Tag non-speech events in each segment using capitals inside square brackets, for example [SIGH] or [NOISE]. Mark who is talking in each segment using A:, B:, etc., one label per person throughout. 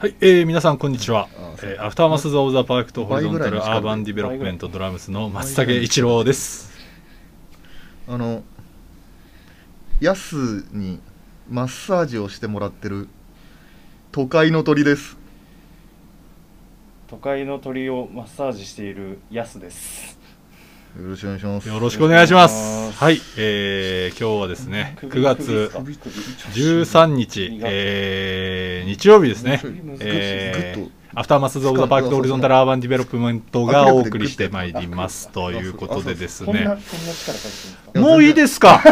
A: はい、えー皆さんこんにちは
B: あ、そう
A: えーアフターマスズ・オブ・ザ・パークとホリゾンタ
B: 倍ぐらいの
A: ル・
B: 力
A: アーバン・ディベロップメント・ドラムスの松竹一郎です
B: あのヤスにマッサージをしてもらってる都会の鳥です
C: 都会の鳥をマッサージしているヤスです。
B: よろしくお願いします
A: よろしくお願いします
C: お願いします
A: はい、えー今日はですね
C: [LAUGHS] 首
A: 9月
C: 首ですか
A: 13日、えー日曜日ですね
B: 首むずい
A: え
B: ぐっ
A: ー
B: と
A: アフターマスズ・オブ・ザ・パークとホリゾンタル・アーバン・ディベロップメントがお送りしてまいりますということでです
C: こんなこんな
A: ね
C: 力かけてるんですか。
A: もういいですか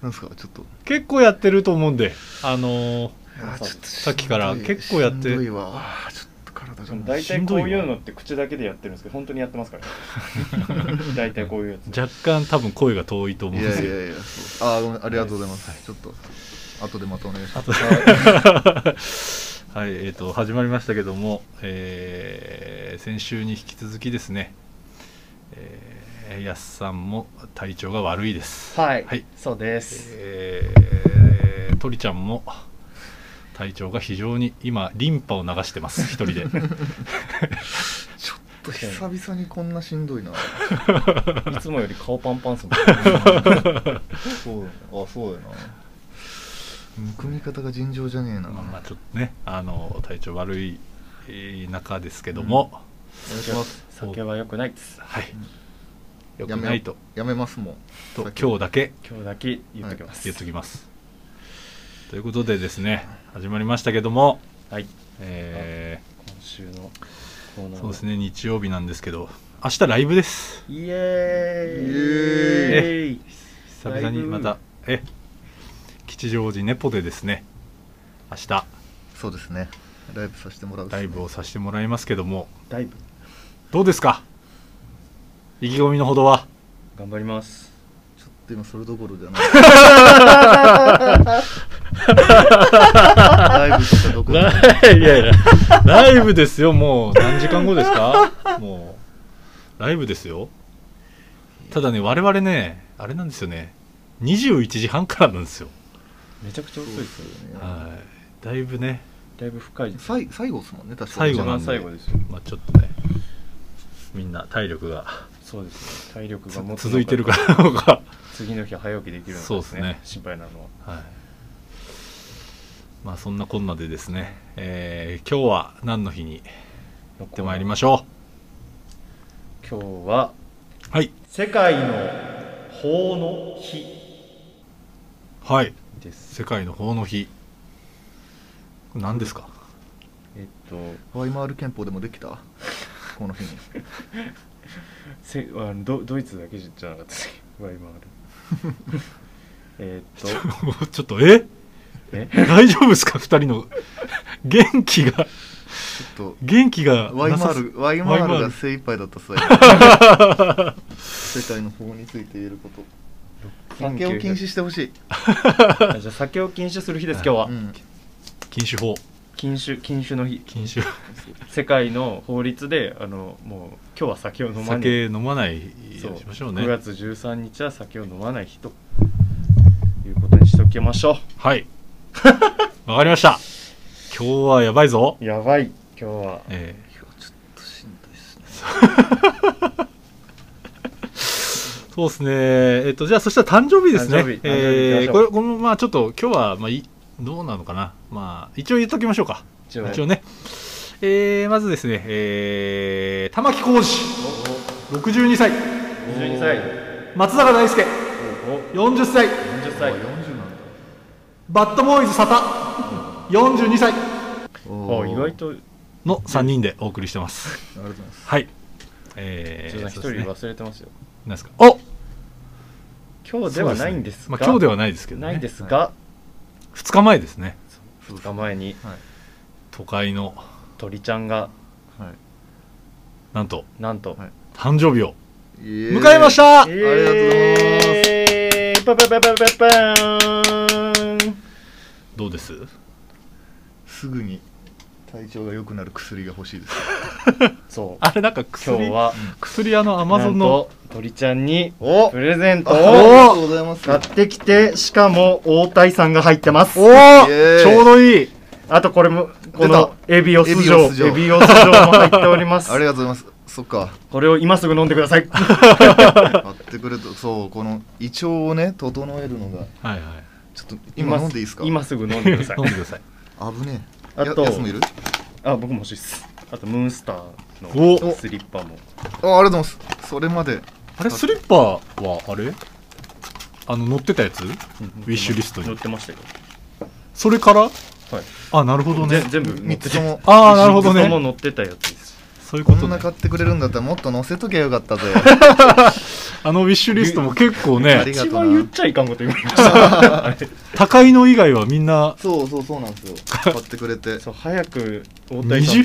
B: なんですかちょっと
A: 結構やってると思うんであのー
B: あーちょっと
A: さっきから
B: しんどい
A: 結構やって
B: しんどいわあーちょっと体が
C: 大体こういうのって口だけでやってるんですけど本当にやってますか
A: [LAUGHS]
C: ら、ね、大体こういうやつ
A: 若干多分声が遠いと思うん
B: い
A: です
B: や
A: け
B: い
A: ど
B: やいやそうあーごめんありがとうございます、ちょっと後でまたお願いします
A: [LAUGHS] はい、えー、と始まりましたけども、えー先週に引き続きですね、えー、やすさんも体調が悪いです。
C: はい、
A: はい
C: そうです、
A: えー、とりちゃんも体調が非常に今リンパを流してます一人で
B: ちょっと久々にこんなし
A: [LAUGHS]
B: んどいな
C: いつもより顔パンパンっすもん
B: そうあそうやな組み方が尋常じゃねえな、
A: まあまあちょっとねあの体調悪いえー中ですけども、
B: お願いします
C: 酒は良くないです
A: はいよく
B: やめ
A: ないと
B: やめますもん
A: と
B: 酒
A: 今日だけ
C: 今日だけ言っときます
A: 言っときますということでですね始まりましたけども、
C: はい
A: え
C: 今週のコーナ
A: ー
C: ー
A: そうですね日曜日なんですけど明日ライブです
C: イエーイ
B: イ
C: エーイ
A: 久々にま
C: ライ
A: たえ吉祥寺ネポでですね明日
B: そうですねライブさせてもらうっすね
A: ライブをさせてもらいますけども
C: だいぶ
A: どうですか意気込みのほどは
C: 頑張ります
B: ちょっと今それどころじ [LAUGHS] ゃないライブとかどころじゃない
A: いやいやライブですよもう何時間後です [LAUGHS] かもうライブですよただね我々ねあれなんですよね21時半からなんですよ、
C: めちゃくち
B: そ
C: ゃ
B: う
C: 遅い
B: で
C: ですす
B: よ
C: よ
B: ね
A: はいだいぶね、
C: だいぶ深いです
B: さい最後ですもんね確か
A: 最
B: に
A: 後なんで
C: 一番最後ですよ
A: まあ、ちょっとねみんな体力が
C: そうですね体力が
A: つ
C: も
A: 続いてるからなのか、
C: 次の日早起きできるのか
A: そうですね
C: 心配なのは
A: はい、まあそんなこんなでですね、えー今日は何の日に
C: やっ
A: 行ってまいり
C: ま
A: ましょ
C: す今日は
A: うはい
C: 世界の法の日
A: はい
C: です
A: 世界の法の日これ何ですか
C: えっと
B: ワイマール憲法でもできたこの日に
C: せあのドドイツだけじゃなかったですけど [LAUGHS] 今あるえっと
A: ちょっとえ
C: え
A: 大丈夫ですか二人の元気が
B: ち [LAUGHS] ょっ
A: 元気が
B: とワイマ
A: なさ
B: ールワイマー
A: ワ
B: ル
A: イマー
B: が
A: ル
B: 精一杯だった際 [LAUGHS] 世界の法について言えること酒を禁止してほしい、
C: あじゃあ酒を禁酒する日です今日は、
B: うん、
A: 禁酒法
C: 禁酒禁酒の日
A: 禁酒
C: 世界の法律であのもう今日は酒を飲まない
A: 酒飲まないように
C: そう
A: しましょうね
C: 9月13日は酒を飲まない日ということにしときましょ
A: はい
C: [LAUGHS]
A: わかりました今日はやばいぞ
C: うやばい今日は
A: え
B: いやちょっとしんどいですね
A: ーそうですねえっとじゃあそしたら誕生日ですね
C: 誕生日
A: えー
C: 誕生日行きましょう
A: これこのまあちょっと今日はまあいどうなのかなまあ一応言っときましょうか
C: 一応
A: 一応ね、えーまずですね、えー、玉置浩二62歳
C: 22歳
A: 松坂大輔
C: おお
A: 40歳
C: 40歳
A: バッドボーイズ沙汰42歳
B: お
C: お
B: ー
C: 意外と
A: の3人でお送りしてます
B: ありがとうございます
A: はいえ
C: 一人
A: そうですね
C: 忘れてますよ
A: なんですかお
C: 今日ではないんですが
A: まあ、今日ではないですけど、ね、
C: ないですが
A: 2日前ですね
C: 2日前に
A: 都会の
C: 鳥ちゃんが
B: はい
A: なんと
C: なんと
B: はい
A: 誕生日を
B: 迎
A: 迎えました、
C: あ
B: りがとうございます
C: すパパパパパパーン
A: どうです
B: すぐに体調が良くなる薬が欲しいです
C: そう
A: あれなんか薬
C: 今日は
A: 薬あのアマ
C: な
A: ゾン
C: ん
A: の
C: と鳥ちゃんに
B: お
C: プレゼント
B: あり
C: を
B: がとうございます
C: 買ってきてしかも大谷さんが入ってます
A: おお
B: イエーイ
A: ちょうどいい
C: あとこれもこのエビオス
B: エビオ
C: 状
B: ス錠
C: エビオス状も入っており
B: [LAUGHS]
C: ます
B: ありがとうございますそ
A: [LAUGHS]
B: っか
C: これを今すぐ飲んでください
B: 買ってくれとそうこの胃腸をね整えるのが
A: はいはい
B: ちょっと今飲んでいいですか
C: 今すぐ飲んでください
B: [LAUGHS]
A: 飲んでください
B: 危ねえ
C: あと
B: ややすもいる
C: あ僕も欲しいですあとムーンスターの
A: お
C: スリッパも
B: あありがとうございますそれまで
A: あれスリッパはあれあの乗ってたやつ
C: ウ
A: ィッシュリストに
C: 載ってましたよ
A: それから
C: はい
A: あなるほどね
C: ぜ全部載
B: 3
C: って
B: つ
C: て
B: とも
A: ああなるほど
C: その
A: ね
C: 載ってたやつです
A: そういうこ
B: ことんな
A: ね
B: 買ってくれるんだったらもっと載せときゃよ
A: [LAUGHS]
B: かったぜ
A: あのウィッシュリストも結構
B: あ
A: ね
B: りがと
C: 一
B: うな
C: 番言っちゃいかんこと言われましたあれ
A: 高いの以外はみんな
B: そうそうそうなんですよ買ってくれて
C: そう早く大谷さん
A: 20,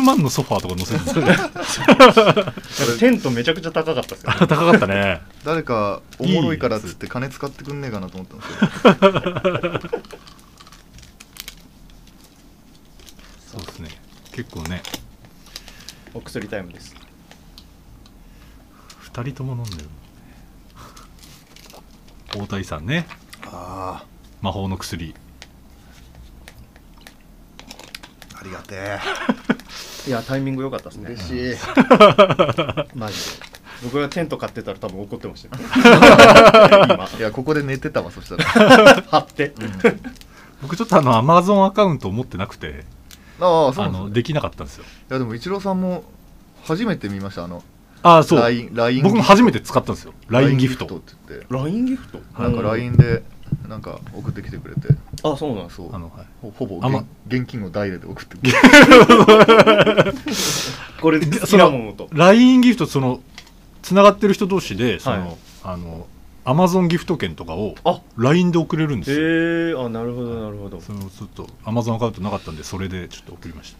A: 20万のソファーとか載せてたね
C: なんかテントめちゃくちゃ高かったです
B: [LAUGHS]
C: よ、ね
A: 高かったね
B: 誰かおもろいからっつって金使ってくんねえかなと思ったんで
A: [LAUGHS]
B: すけど
A: そうですね結構ね
C: お薬タイムです
A: 2人とも飲んでる大谷さんね
B: あ
A: 魔法の薬
B: あありがてえ
C: いやタイミング良かったですね
B: 嬉しい
C: マジで僕がテント買ってたら多分怒ってましたよ今
B: いやここで寝てたわそし
A: [LAUGHS]
B: たら
C: 張って、
A: 僕ちょっとあのアマゾンアカウントを持ってなくて
B: ああそう
A: あ
B: なんですね
A: のできなかったんですよ
B: いやでもイチローさんも初めて見ましたあの
A: ああそう
B: LINE
A: 僕も初めて使ったんですよ LINE ギフト
B: って言って
C: ラインギフト
A: は
B: ないんか LINE でなんか送ってきてくれて
C: あそうなんです
B: そう
A: あの、はい、
B: ほほぼ
A: あんま
B: 現現金をダイレで送って
C: [LAUGHS]
B: くれて
C: これ
A: で
C: 好きなものと
A: LINE ギフトそのつながってる人同士でその、
C: はい
A: あのアマゾンギフト券とかを
C: あ
A: LINE で送れるんで
C: へ
A: すよ
C: えあなるほどなるほど
A: そのちょっとアマゾンアカウントなかったんでそれでちょっと送りまし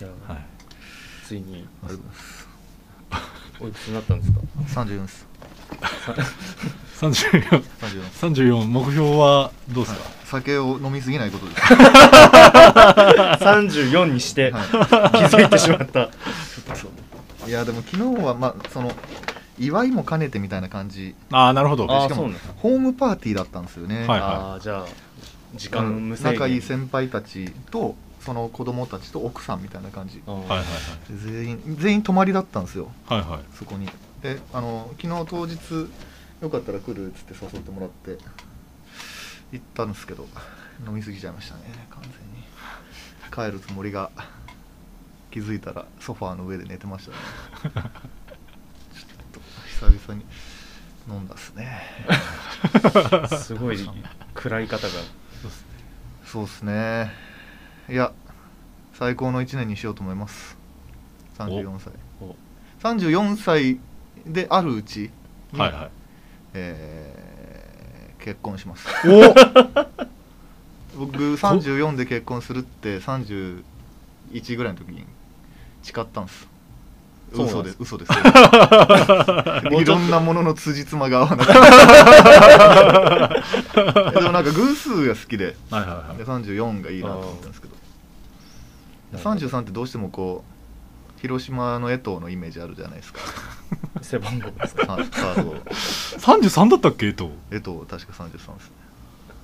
C: いや
A: た、はい、
C: ついに
B: ありがとう
C: おいくつになったんですか
B: ございます34です
A: 34
B: 34です
A: 34目標はどうですか、
B: 酒を飲みすぎないことです
C: 34にして
B: は
C: 気づいてしまった
B: いいやでも昨日はまあその祝いも兼ねてみたいな感じ
A: ああなるほど
C: あー
B: しか
C: そう
B: も
C: なんです
B: ホームパーティーだったんですよね
A: はい
C: ああじゃあ時
B: あの
C: 間無制限
B: 仲いい先輩たちとその子供たちと奥さんみたいな感じ
C: あー
A: はいはい
B: 全員全員泊まりだったんですよ
A: はいはいはい
B: そこにであの昨日当日よかったら来るっつって誘ってもらって行ったんですけど飲み過ぎちゃいましたね完全に帰るつもりが気づいたらソファーの上で寝てましたね [LAUGHS] ちょっと久々に飲んだっすね
C: すごい暗い方が
B: そうっすねいや最高の1年にしようと思います34歳
C: お
B: 34歳であるうちに、
A: はいはい
B: えー結婚します
A: お
B: [LAUGHS] 僕34で結婚するって31ぐらいの時に誓ったんです
C: そうな
B: 嘘
C: ん
B: で
C: です
B: 嘘です
C: [LAUGHS]
B: いろんなものの辻褄が合わなか
C: [LAUGHS]
B: ったでもなんか偶数が好きで
A: はいはいはい
B: で34がいいなと思ったんですけど
C: あー
B: 33ってどうしてもこう広島の江藤のイメージあるじゃない
C: [LAUGHS]
B: ですか
C: 背番号ですか
B: さサード
A: 33だったっけと
B: 江藤確か33ですね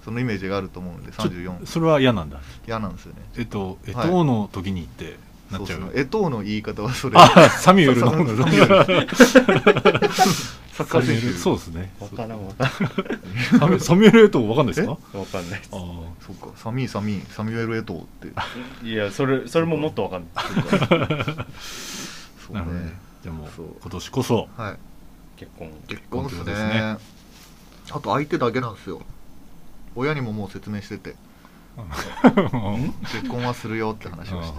B: そのイメージがあると思うんで
A: ちょ
B: 34
A: それは嫌なんだ
B: 嫌なんですよね
A: えっとえっ
B: はい
A: との時に行ってなっちゃう
B: そうそう江藤の言い方はそれ
A: あサミュエルの
B: サミュエルサッカー選手
A: そうですね
C: わからんわか
A: サミュサミュエル・エトーわかんないですか
C: [LAUGHS] んわかんない
A: あ
B: そうかサミーサミーサミュエル・エト
A: [LAUGHS]
B: ーって
C: いやそれそれももっとわかんない
B: そ
A: あ
B: う
A: な
B: ね
A: るほどねじゃあもう
B: そう
A: 今年こそ
B: はい
C: 結婚
B: 結婚っす
A: 結婚ってこと
B: ね
A: ですね
B: あと相手だけなんですよ親にももう説明してて結婚はするよって話を
A: [LAUGHS]
B: して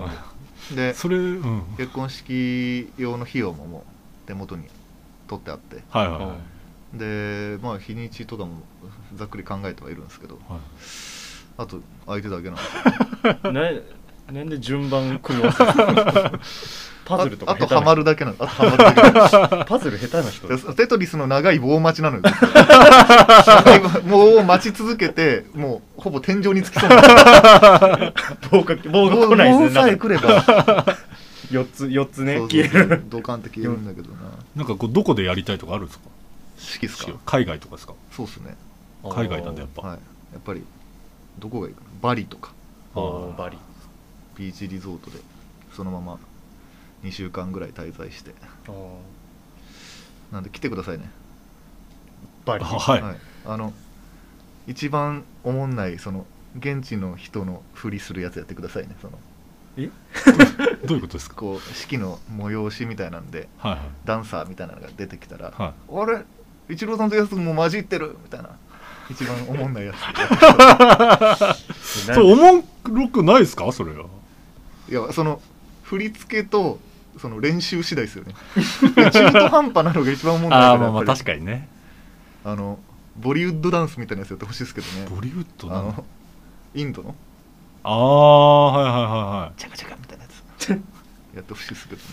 B: てで
A: それうん
B: 結婚式用の費用ももう手元に取ってあって
A: はいはいはい
C: あ
B: でまあ日にちとかもざっくり考えてはいるんですけど
A: はい
B: あと相手だけなんですよ
C: ーななんで順番組み合わせるのパズルとか
B: あと
C: 下手
B: ハ
C: な
B: マるだけなのあとハマるだけなの
C: 人パズル下手な人
B: でテトリスの長い棒待ちな
C: [LAUGHS]
B: のよ。もう待ち続けて、もうほぼ天井につきそうな。
C: 棒が棒が
B: 棒
C: 来ない
B: 棒
C: ですね
B: さ
C: なん
B: え
C: か
B: 来れば、
C: 4つ四つね
B: そうそう
C: 消える
B: ドカンって消えるんだけどな。
A: なんかこうどこでやりたいとかあるんですか
B: 式っすか。
A: 海外とかですか
B: そうっすね。
A: 海外なんだやっぱ
B: はい。やっぱり、どこがいいかな。バリとか。
A: ああ
C: バリ
B: ビーチリゾートでそのまま2週間ぐらい滞在して
C: あ
B: なんで来てくださいね
C: バ
A: あ
C: リ
A: はい、
B: あの一番おもんないその現地の人のふりするやつやってくださいねその
C: え
A: どういうことですか
B: こう式の催しみたいなんで
A: はいはい
B: ダンサーみたいなのが出てきたら「
A: は
B: あれ一郎さんとやつも混じってる」みたいな一番おもんないや
A: いそれおもろくないですかそれは [LAUGHS]
B: ついやその振り付けとその練習次第ですよね中途半端なのが一番おもんない
A: あ
B: か
A: あ
B: ら
A: ま
B: や
A: あ
B: っ
A: まあ
B: ぱり
A: 確かにね
B: あのボリウッドダンスみたいなやつやってほしいですけどね
A: ボリウッド
B: あ
A: なの
B: のインドの
A: ああはいはいはいはい
B: チャカチャカみたいなやつやってほしいですけどね、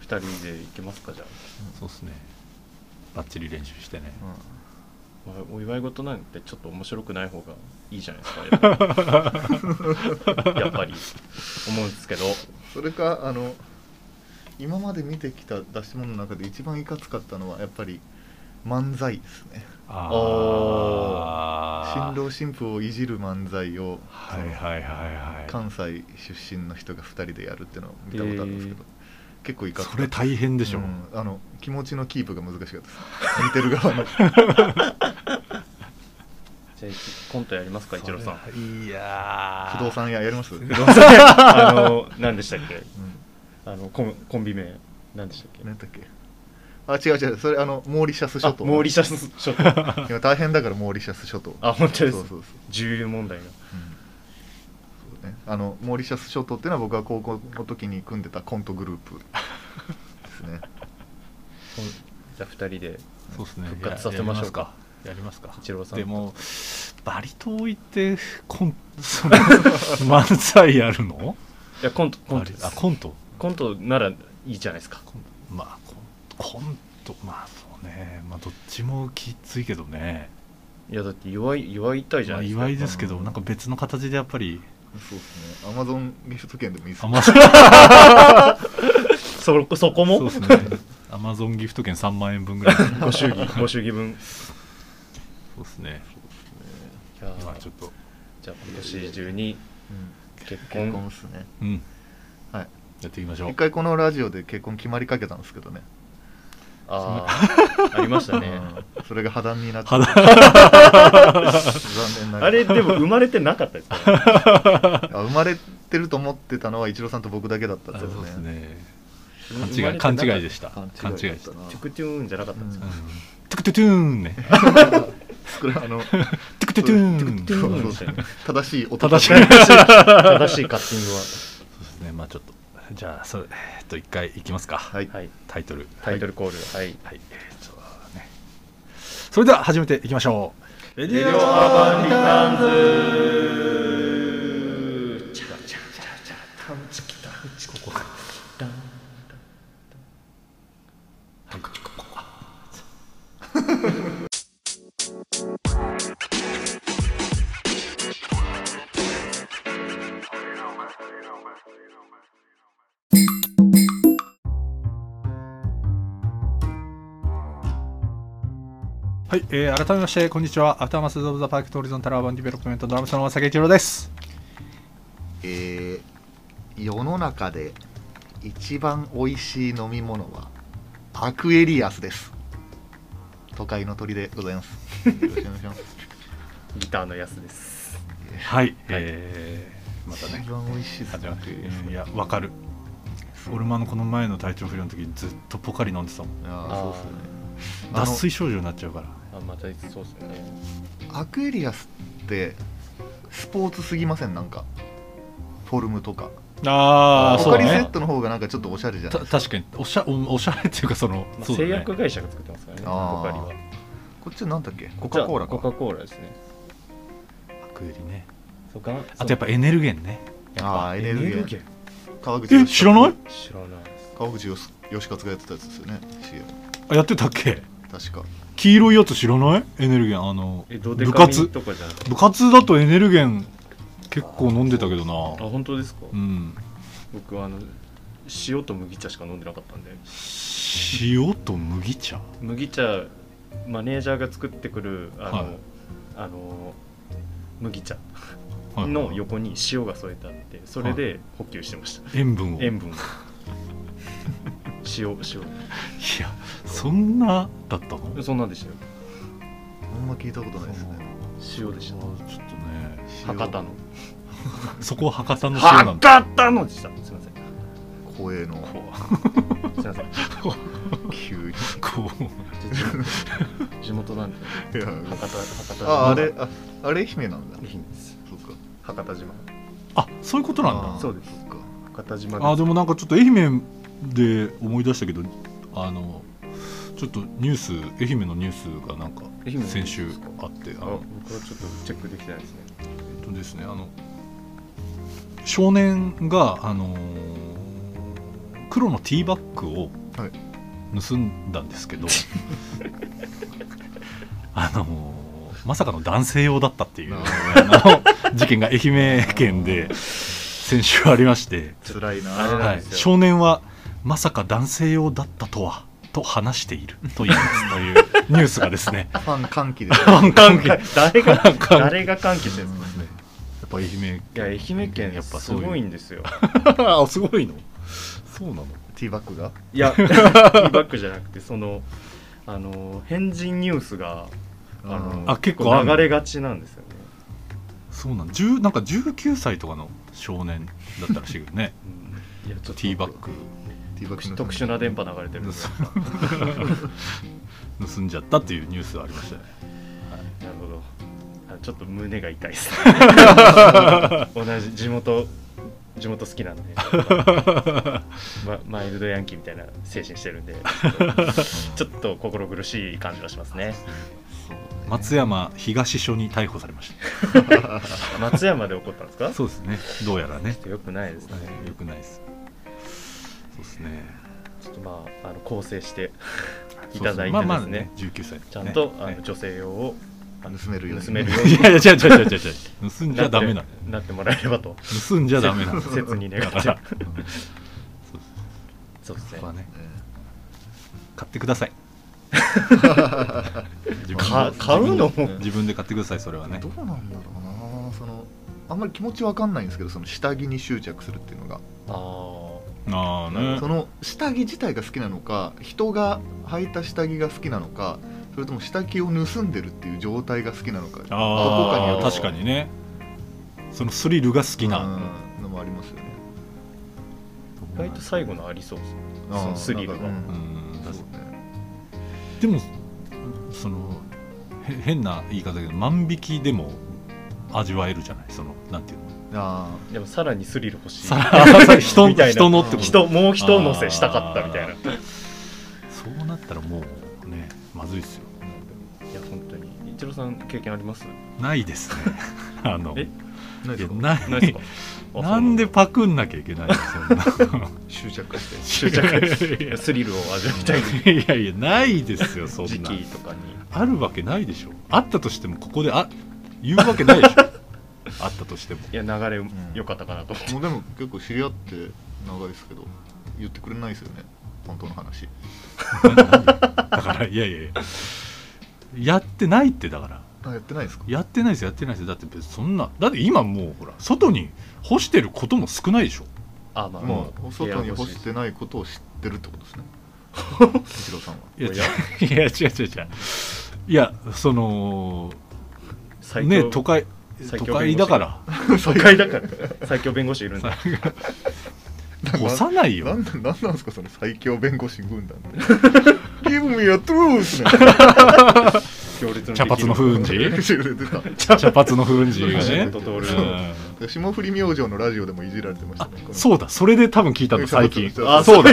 C: 二人で行けますかじゃあ
A: そうっすねバッチリ練習してね
C: まあお祝い事なんてちょっと面白くない方がいいじゃないですかやっぱ
B: [LAUGHS]
C: りやっぱり思うんですけど
B: うん、それかあの今まで見てきた出し物の中で一番いかつかったのはやっぱり漫才ですね
A: あ
B: 新
A: あ
B: 郎新婦をいじる漫才を、
A: はいはいはいは
B: 関西出身の人が2人でやるってのを見たことあるんですけど、結構い
A: い
B: かつか
A: そ
B: った
A: れ大変でしょ、
B: うんあの気持ちのキープが難しかったです見てる側の
C: じゃあコントやりますか一郎さん
A: んいやー
B: 不動産屋やります、うん何
C: あの何でしたっけあのコンコンビ名何でしたっけ
B: やったっけあ違う違うそれあのモーリシャス諸
C: あ
B: 島
C: モーリシャス諸島
B: 今大変だからモーリシャス諸島
C: あ本当です
B: そうそうそう
C: 重油
A: [LAUGHS]
C: 問題が
B: うんそうね、あのモーリシャス諸島っていうのは僕が高校の時に組んでたコントグループですね
C: じゃあ二人で
A: そうですね
C: 復活させましょうか
A: やりますかやりますか
C: 一郎さんと
A: でもバリ島行ってコン [LAUGHS] その漫才やるの
C: いやコントコ
A: バ
C: ントで
A: リ
C: す
A: あコント
C: コントならいいじゃないですか
A: コンまあコンコントまあそうねまあどっちもきついけどね
C: いやだって祝い祝いたいじゃ
A: ま
C: な
A: あ
C: いですか、
A: 祝いですけど
B: うん
A: なんか別の形でやっぱり
B: そうですねアマゾンギフト券でもいいです
A: ア
B: ね
A: マゾン
C: そこそこも
A: そうっすねアマゾンギフト券3万円分ぐ
C: [LAUGHS]
A: らいそう
C: ご祝儀ご祝
A: [LAUGHS]
C: 儀分い
A: ですね
C: や
A: まあ
C: ー
A: ちょっと
C: じゃあ今年中に結
B: うん、結
C: 婚
B: 婚ですね
A: うん
B: はい
A: やっていきましょう
B: 一回このラジオで結婚決まりかけたんですけどね
C: あ [LAUGHS] あありましたね、
B: うんそれが破談になって残
A: 肌
B: 念ながら
C: あれでも生まれてなかったですからね、
B: あ生まれてると思ってたのは一郎さんと僕だけだったん
A: あ
B: です
A: そう
B: よ
A: です
B: ね
A: ね
C: 生まれてなか
A: 勘 [LAUGHS] 違
C: った
A: い勘違いでした勘
B: 勘
A: 違
B: 違
A: い
B: い
A: で
B: だ
A: し
B: っ
A: う
B: たた
A: ん
B: な
C: チュクチューンじゃなかったんですよ、
A: トゥクトゥトゥーンね
B: これあの
A: トゥクトゥトゥ
C: トゥ
A: ーン
C: ク
B: そうそう正しい音
A: 正しい
C: 正しいカッティングは
A: そうですねまあちょっとじゃあそれえっと一回いきますか、
B: はい
C: はい
A: タイトル
C: タイトルコールはい、
A: はいえーっとねそれでは始めていきましょうレディオアバンリターンズここかはいここあそうはい、えー、改めましてこんにちはアフターマスオブザパークトーリゾンタラーバンディベロップメントドラムスの正木一郎です
B: えー世の中で一番美味しい飲み物はアクエリアスです都会の鳥でございますよろしくお願いします
C: ギターのやすです
A: はい、えー、またね
B: 一番美味しいです
A: あじゃあ
B: アクエリアス
A: うんいやわかる俺もあのこの前の体調不良の時ずっとポカリ飲んでたもん
B: あーそうですよねあの
A: 脱水症状になっちゃうから
C: あまたそうですよね
B: アクエリアスってスポーツすぎませんなんかフォルムとか
A: あ
C: ー
B: ポ
C: そう
B: カ
C: ね
B: リセットの方がなんかちょっとおしゃれじゃない
A: た確かにおしゃおおしゃれっていうかその、
C: まあ
A: そうだね
C: 製薬会社が作ってますからねポ
B: あ
C: カ
B: ー
C: リは
B: こっちなんだっけコカ・コーラ
C: コ
B: か
C: カ・コーラですね
A: アクエリね
C: そうがん
A: あとやっぱエネルゲンねやっぱ
B: あー
C: エ
B: エ
C: ネ
B: ネ
C: ル
B: ルギ
C: ギー
B: ー
C: 知
B: 川口
A: え
B: 義
A: 知らない
C: らないです
B: 川口義義勝がやってたやつですよね CM
A: あやってたっけ
B: 確か
A: 黄色いやつ知らないエネルゲンあの
C: えどうで
A: 部
C: かみ
A: 活
C: とかじゃなくて
A: 部活だとエネルゲン結構飲んでたけど
C: あ
A: な
C: 本当ですか、
A: うん
C: 僕はあの塩と麦茶しか飲んでなかったんで
A: 塩と麦茶
C: 麦茶マネージャーが作ってくるあの、
A: はい
C: あの麦茶
A: はい
C: の横に塩が添えてあってそれで補給してました
A: 塩分を
C: 塩分を塩
A: いやそんなだったの
C: 塩そんなんでしたよ
B: あんま聞いたことないですね
C: 塩でし
A: ちょ
C: た
A: っとね
B: 塩
C: 博多の
A: そこは博多の塩なん
C: 博
A: だ
C: 多のでしたすいません
B: 公営の
C: こうすいません
B: 急に
A: こう [LAUGHS]
C: 地元なんで
B: いや
C: 博多博
B: [LAUGHS]
C: 多
B: ああれああれ愛媛なんだ
C: いいんです
B: そうか
C: 博多島
A: あそういうことなんだ
B: あー
C: そうです
B: っか
C: 博多島です
A: あでもなんかちょっと愛媛で思い出したけどあのちょっとニュース愛媛のニュースがなんか
C: 愛媛のニュース
A: 先週あってあ
C: あ
A: の
C: 僕はちょっとチェックできてないです
A: [LAUGHS]
C: ね
A: えっとですねあの少年があのー黒のティーバッグを
B: は
A: 盗んだんですけど、 [LAUGHS] あのーまさかの男性用だったっていう
B: な
A: あの事件が愛媛県で先週ありまして。
B: 辛い
C: あれ
B: な
C: な
A: は
C: ん
A: い
C: で、すよ
A: 少年はまさか男性用だったとはと話していると言いますというニュースがです [LAUGHS] ね
B: ファン歓喜ですね
A: 関係やっ
C: 誰が
A: 関係
C: 誰が歓喜してるんですか
A: ぱ愛媛
C: いや愛媛県やっぱすごいんです
A: [LAUGHS]
C: よ
A: あすごいのそうなの
B: ティーバッグが
A: [LAUGHS]
C: いやティーバッグじゃなくてそのあの変人ニュースがあの
A: あ結構あるの
C: 流れがちなんですよね、
A: そうなの10なんか19歳とかの少年だったらしいけど
C: [LAUGHS]
A: ね
C: うん、いやちょっと
A: ティーバッグ
C: [LAUGHS]
B: ティーバッグ
C: 特殊な電波流れてるんですよな
A: 盗んじゃったっていうニュースがありましたね
C: るほどあちょっと胸が痛
A: [LAUGHS]
C: いですね同じ地元地元好
A: [LAUGHS]
C: きなんで、ま、マイルドヤンキーみたいな精神してる
A: [LAUGHS]
C: んでちょっと心苦しい感じがしますね
A: 松山東署に逮捕されまし
C: 松山で起こったんですか
A: たそうですねどうやらね
C: ちょっと良くないですね、
A: よくないですそうですね
C: ちょっとまああの構成してい
A: そう
C: ただいてですね
A: そうまあまあね19歳
C: ちゃんと、あ
A: ね
C: の女性用を
B: 盗めるように
C: 盗めるよう
A: いやいや、違う違う違う違う違う。盗ん
C: に
A: じゃダメな
C: な
A: の。
C: ってなってもらえればと
A: [LAUGHS] 盗んじゃダメなの。
C: 切に願
A: だ
C: っ
A: か
C: て
A: ら、
C: そうです
A: そ
C: ね
A: こは
B: [LAUGHS]
A: ね、
B: え
A: 買ってください。自分で
C: か買うの
A: 自分で自分で買ってください、それは
B: え
A: ね
B: ど。うなんだろうなそのあんまり気持ちわかんないんですけどその下着に執着するっていうのが、
C: あ
A: ああ
C: う
A: ね
B: そ。の下着自体が好きなのか人が履いた下着が好きなのかそれとも下着を盗んでるっていう状態が好きなのかどこか
A: あ
B: によ
A: あ、
B: る
A: 確かにね。そのスリルが好きな。
B: うんのもありますよね
C: あ意外と最後のありそうですねそのスリルが
B: あーなんか
A: うん
B: うんそうね
A: でも、その、へ変な言い方だけど、万引きでも味わえるじゃない。その、なんていうの。
B: あ
C: でもさらにスリル欲しい
A: さら人
C: みたいな
A: 人のってこと
C: 人もう人乗せしたかったみたいな
A: あ
C: い
A: そうなったらもうねまずいですよ
C: や本当に一郎さん経験あります
A: ないですね [LAUGHS] あの
C: え
A: い
B: ーないで
A: や
B: すか
A: ない
C: ないですか
A: [LAUGHS]
C: あ
A: なんでパクんなきゃいけないのそん
C: [LAUGHS]
A: な
B: 執着して
C: そ
A: [LAUGHS]
C: うなんだ執着スリルを味わいたい
A: いやいやないですよそん
C: 時
A: な
C: 期とかに
A: あるわけないでしょあったとしてもここであ言うわけないでしょ
C: [LAUGHS]
A: あったとしても
C: いや流れ良かったかなと思って、
B: もうでも結構知り合って長いですけど言ってくれないですよね本当の話
A: [LAUGHS] だからいやいやいややってないってだから
B: あやってないですか
A: やってないですやってないですだって別にそんなだって今もうほら外に干してることも少ないでしょ
C: あまあ
B: もう
C: 部屋
B: 外に
C: 欲
B: 干
C: い
B: してないことを知ってるってことですね一郎さんはい [LAUGHS]
A: や
C: お
A: 違うい
C: や
A: や違う違う違ういやその
C: 最強
A: ね都会
C: 最
A: 都
C: 強弁
A: 会
C: 護士
A: だから
C: 都会だから最強弁護士いるんだ
A: 干さない
B: な
A: よ
B: んなんなんなんですかその最強弁護士軍団って Give me a truth!
C: 強烈
A: 茶髪の風雲
B: [LAUGHS]
A: 児
B: 出た
A: 茶髪の風雲児がね
C: 橋本徹
A: う
B: 霜降り明星のラジオでもいじられてましたね
A: んそうだそれで多分聞いたんだ最近
B: あ
A: そうだ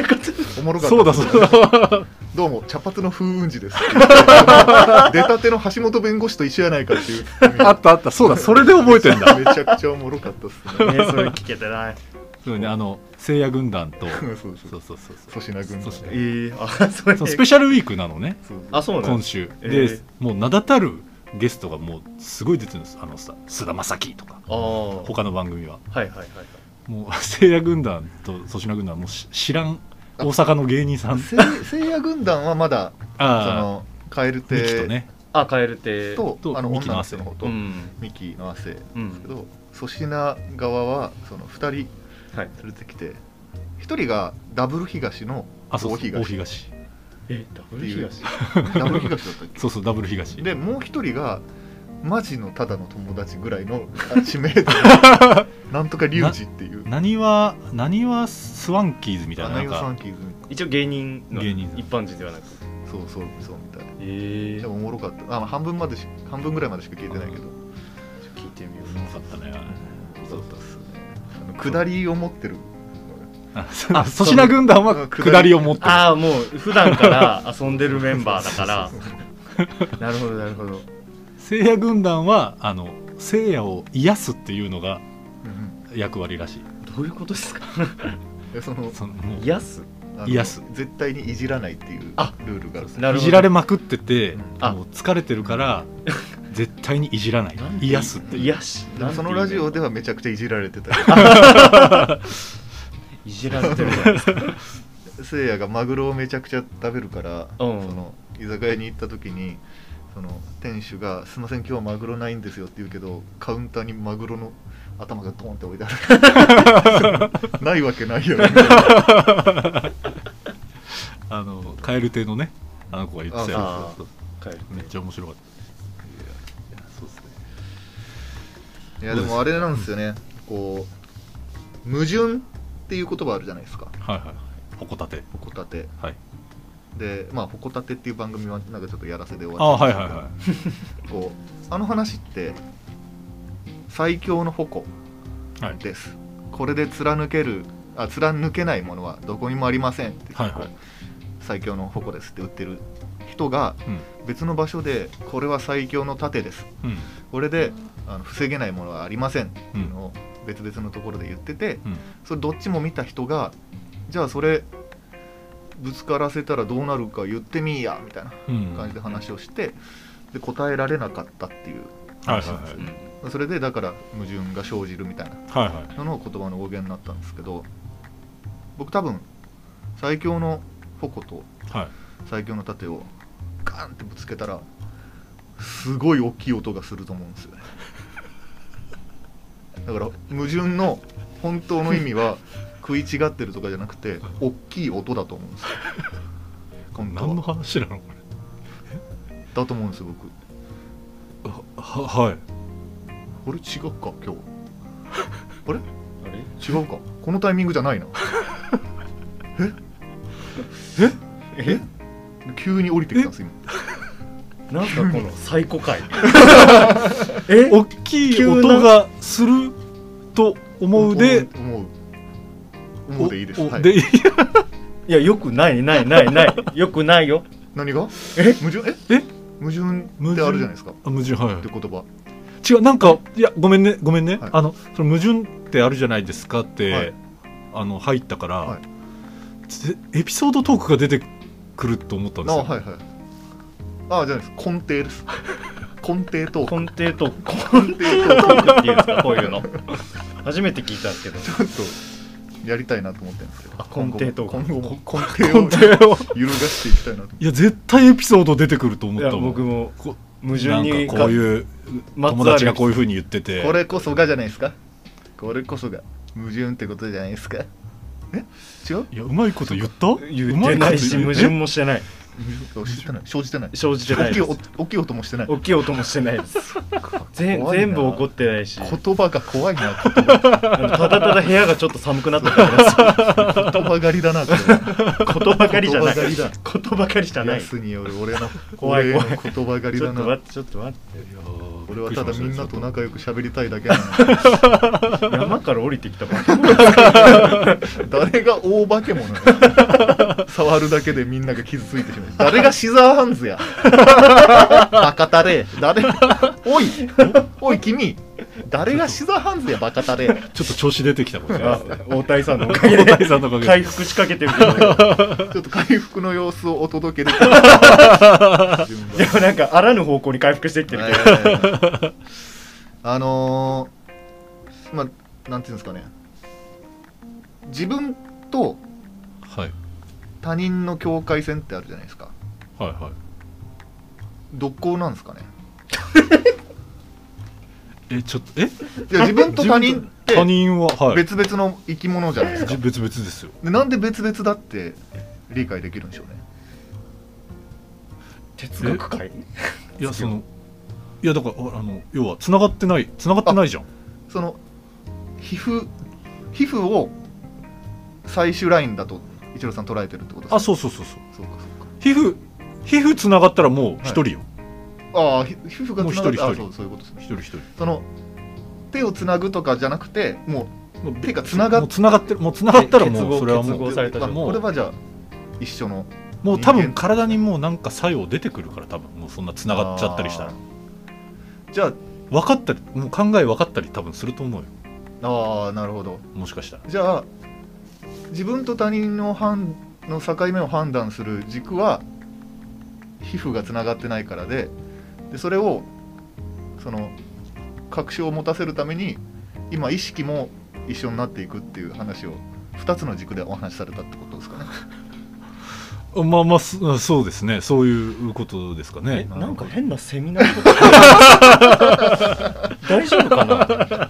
B: おもろかった
A: そうだそうだ
B: どうも茶髪の風雲児で
A: [LAUGHS]
B: すあの出たての橋本弁護士と一緒やないかっていう
A: あったあったそうだそれで覚えてんだ
B: めちゃくちゃおもろかったっす
A: [LAUGHS]
B: ね
C: ねそれ聞けてない
A: そうねあの聖夜軍団と
B: そうそ
A: そう
B: うそう
A: そうそう
B: 粗品軍団
A: 粗品
C: [LAUGHS] えー、あそれ
A: そうスペシャルウィークなのね
B: そう
C: あそうなん
A: 今
C: です
A: 週
C: え
A: で
C: ー
A: もう名だたるゲストがもうすごい出てるんですあのさ菅田将暉とか
C: ああはい
A: 他の番組は
C: はいはいはい
A: もう [LAUGHS] 聖夜軍団と粗品軍団はもうし知らん大阪の芸人さん
B: せい聖夜軍団はまだそ
A: あ
B: の蛙
A: あミキ
B: 亭
A: とね
C: あカエルって
B: と
A: と
B: あの
A: ミキ
B: 女
A: の
B: の
A: 汗
B: 人の方と、
C: うん
B: ミキの汗
C: う
B: ですけ
C: ん
B: ど粗品側はその2人連
C: はい
B: れてきて1人がダブル東の
A: あそうそう
B: 大東
A: 大東
C: えダブ
B: ル
C: ル
B: 東
C: 東
B: ダブル東だったっけ
A: そうそうダブル東
B: でもう一人がマジのただの友達ぐらい
C: [LAUGHS]
B: のあ知名度なんとかリュウジっていう
A: なにわなにわスワンキーズみたい
B: ア
A: なな
B: ナ
A: ん
B: ヨサン
A: か
B: キーズみたい
C: 一応芸人の
A: 芸人なの
C: 一般人ではなく
B: なそうそうそうみたい
C: ええ
B: でもおもろかったあまあ半分までし半分ぐらいまでしか聞いてないけど
C: 聞いてみよ
A: すごかったね
B: そうだったっすねあの下りを持ってる
A: あそあ粗品軍団は下りを持ってる
C: ああもう普段から遊んでるメンバーだ [LAUGHS] からなるほどなるほど
A: 聖夜軍団はあの聖夜を癒すっていうのが
B: うんうん
A: 役割らしい
C: どういうことですか
B: でその
A: そのもう
C: 癒す
B: あの
A: 癒す
B: 絶対にいじらないっていう
C: あ
B: ルールがある
C: なる
A: い
C: ほど
A: じられまくってて、
B: うん
C: あ
A: もう疲れてるから絶対にいじらない
C: なんて
A: 癒すっていう
C: 癒し
B: でもそのラジオではめちゃくちゃいじられてた
C: いじられてるじゃないですか
B: せいやがマグロをめちゃくちゃ食べるから、
C: うん
B: その居酒屋に行った時にその店主が「すいません今日はマグロないんですよ」って言うけどカウンターにマグロの頭がドーンって置いてある [LAUGHS] ないわけないよね
A: あの蛙亭のねあの子が言ってたや
C: あ
A: つそう
C: 帰る
A: そうめっちゃ面白かったそうですね
B: いやでもあれなんですよねこう矛盾っていう言葉あるじゃないですか
A: はいはいはいホコタテ
B: ホコタテ
A: はい
B: でまあホコタテっていう番組はなんかちょっとやらせで終
A: あ
B: わっちゃ
A: は
B: っ
A: い
B: た
A: はい
B: ん
A: は
B: ですけどこうあの話って最強の矛
A: いはい
B: ですこれで貫けるあ貫けないものはどこにもありませんって、
A: はいはい
B: 最強の矛ですって売ってる人が
A: うん
B: 別の場所でこれは最強の盾です
A: うん
B: これであの防げないものはありませんっていうのを別々のところで言ってて、
A: うん
B: それどっちも見た人がじゃあそれぶつからせたらどうなるか言ってみいやみたいな
A: うんは
B: 感
A: い
B: じで話をしてで答えられなかったっていう
A: はいはい
B: 話なんですよ
C: うん
B: それでだから矛盾が生じるみたいな
A: はいはい
B: のの言葉の語源になったんですけど僕多分最強の矛と
A: はい
B: 最強の盾をガンってぶつけたらすごい大きい音がすると思うんですよねだから矛盾の本当の意味は食い違ってるとかじゃなくて大きい音だと思うんですよ本当
A: 何の
B: は
A: 話なのこれ
B: だと思うんですよ僕
A: あははい
B: あれ違うか今
C: あれ
B: 日違うかこのタイミングじゃ
C: [LAUGHS]
B: ないな
C: え
B: 急に降りてきたんです今
C: なんかこの最古回え
A: 大きい音がすると思うで
B: 思う思うでいいです、
A: おお
B: はい、
A: でいい
C: いやよくないないないないよくないよ
B: 何が
C: え
B: 矛盾え
A: え
B: 矛盾っ
A: 矛
B: て
A: 盾
B: あるじゃないですかっ
A: あ矛盾はい
B: て言葉
A: 違うなんかいやごめんねごめんね、
B: はい
A: あのその矛盾ってあるじゃないですかって、
B: はい
A: あの入ったから、
B: はい
A: ぜエピソードトークが出てくると思ったん
B: あ
A: ですよ、
B: はいはいあじゃないです根底です
C: [LAUGHS]
B: 根底と
C: 根底と根底とトークっていうんですかこういうの初めて聞いたんですけど
B: ちょっとやりたいなと思ってるんですけど
C: あ根底トーク
B: 今後も今後
A: 根
B: も [LAUGHS] 根底を
A: 底を
B: 揺るがしていきたいなと
A: いや絶対エピソード出てくると思
C: い
A: った
C: や
A: もん
C: 僕も
A: こ
C: 矛盾に
A: なんかこういう
C: まつわる
A: 友達がこういうふうに言ってて
B: これこそがじゃないですかこれこそが矛盾ってことじゃないですかえ違う
A: いやうまいこと言った
C: 言ってないし
A: うまこと
C: 矛
A: 言
C: 盾
A: う
C: もしてない
B: 矛盾してない生じてない
C: 生じてない
B: 大きい
C: です
B: お大きい音もしてない
C: 大きい音もしてないですぜ
B: 怖いな
C: 全部怒ってないし
B: 言葉が怖いな言
C: [LAUGHS] あのただただ部屋がちょっと寒くなっただけです
B: 葉狩りだなこれは
C: ことばかりじゃない
B: 言葉
C: 言
B: 狩りだ
C: 葉ばかりじゃない
B: 安による俺の
C: 怖い怖い
B: 俺の言葉狩り
C: ち
B: だ
C: ょっと
B: な
C: 待ってちょっと待っ
A: いやー
B: 俺はただみんなと
A: びっく
B: 仲良く喋りたいだけなのに
C: て山から降りてきたばっかり
B: 誰が大化け物なの [LAUGHS] 触るだけでみんなが傷ついてしまう誰がシザーハンズや [LAUGHS] バカタレ誰おいおい君誰がシザーハンズやバカタレ
A: りしたちょっと調子出てきたもん
B: [LAUGHS]
A: ね
C: あ [LAUGHS] 大谷さんのおかげ
A: 大谷
C: で
A: さんのおかげ
C: 回
A: で
C: 復しかけてるけ [LAUGHS] ど
B: ちょっと回復の様子をお届けでき順番
C: でもなんかあらぬ方向に回復していってるけど
B: はいあのー、まあなんていうんですかね自分と
A: はい
B: 他人の境界線ってあるじゃないですか
A: はいは
B: どこなんですかね
A: えちょっとえ
B: いや自分と他人って
A: 他人ははい
B: 別々の生き物じゃないですか
A: じ別々ですよ
B: でなんで別々だって理解できるんでしょうね
C: 哲学会
A: いやそのいやだからあの要は繋がってない繋がってないじゃん
B: その皮膚皮膚を最終ラインだと一郎さん捉えてるってことですか
A: あそうそうそうそう
B: そうかそうか
A: 皮膚皮膚繋がったらもう一人よ
B: ああひ皮膚が
A: もう
B: つながって
A: 一人
B: あ
A: 一人
B: そうそういうことですね
A: 一人一人
B: その手をつなぐとかじゃなくても
A: もう
B: 手が繋がっ
A: もう繋がってるもう繋がったらもうそれは
B: う
C: 結
A: も
C: 合
A: う
C: された
B: まあ
A: じゃん
B: これはじゃあ一緒の
A: もう多
B: 人
A: 分
B: 間
A: 体にもうなんか作用出てくるから多分もうそんな繋がっちゃったりしたら
B: あーじゃあ
A: 分かったりもう考え分かったり多分すると思うよ
B: ああなるほど
A: もしかしたら
B: じゃあ自分と他人の判の境目を判断する軸は皮膚がつながってないからででそれをその確証を持たせるために今意識も一緒になっていくっていう話を2つの軸でお話しされたってことですかね。
A: あまあまあそそうですねそういうことですか
C: え
A: ね
C: [LAUGHS] なんか変なセミナーと [LAUGHS] か大丈夫かな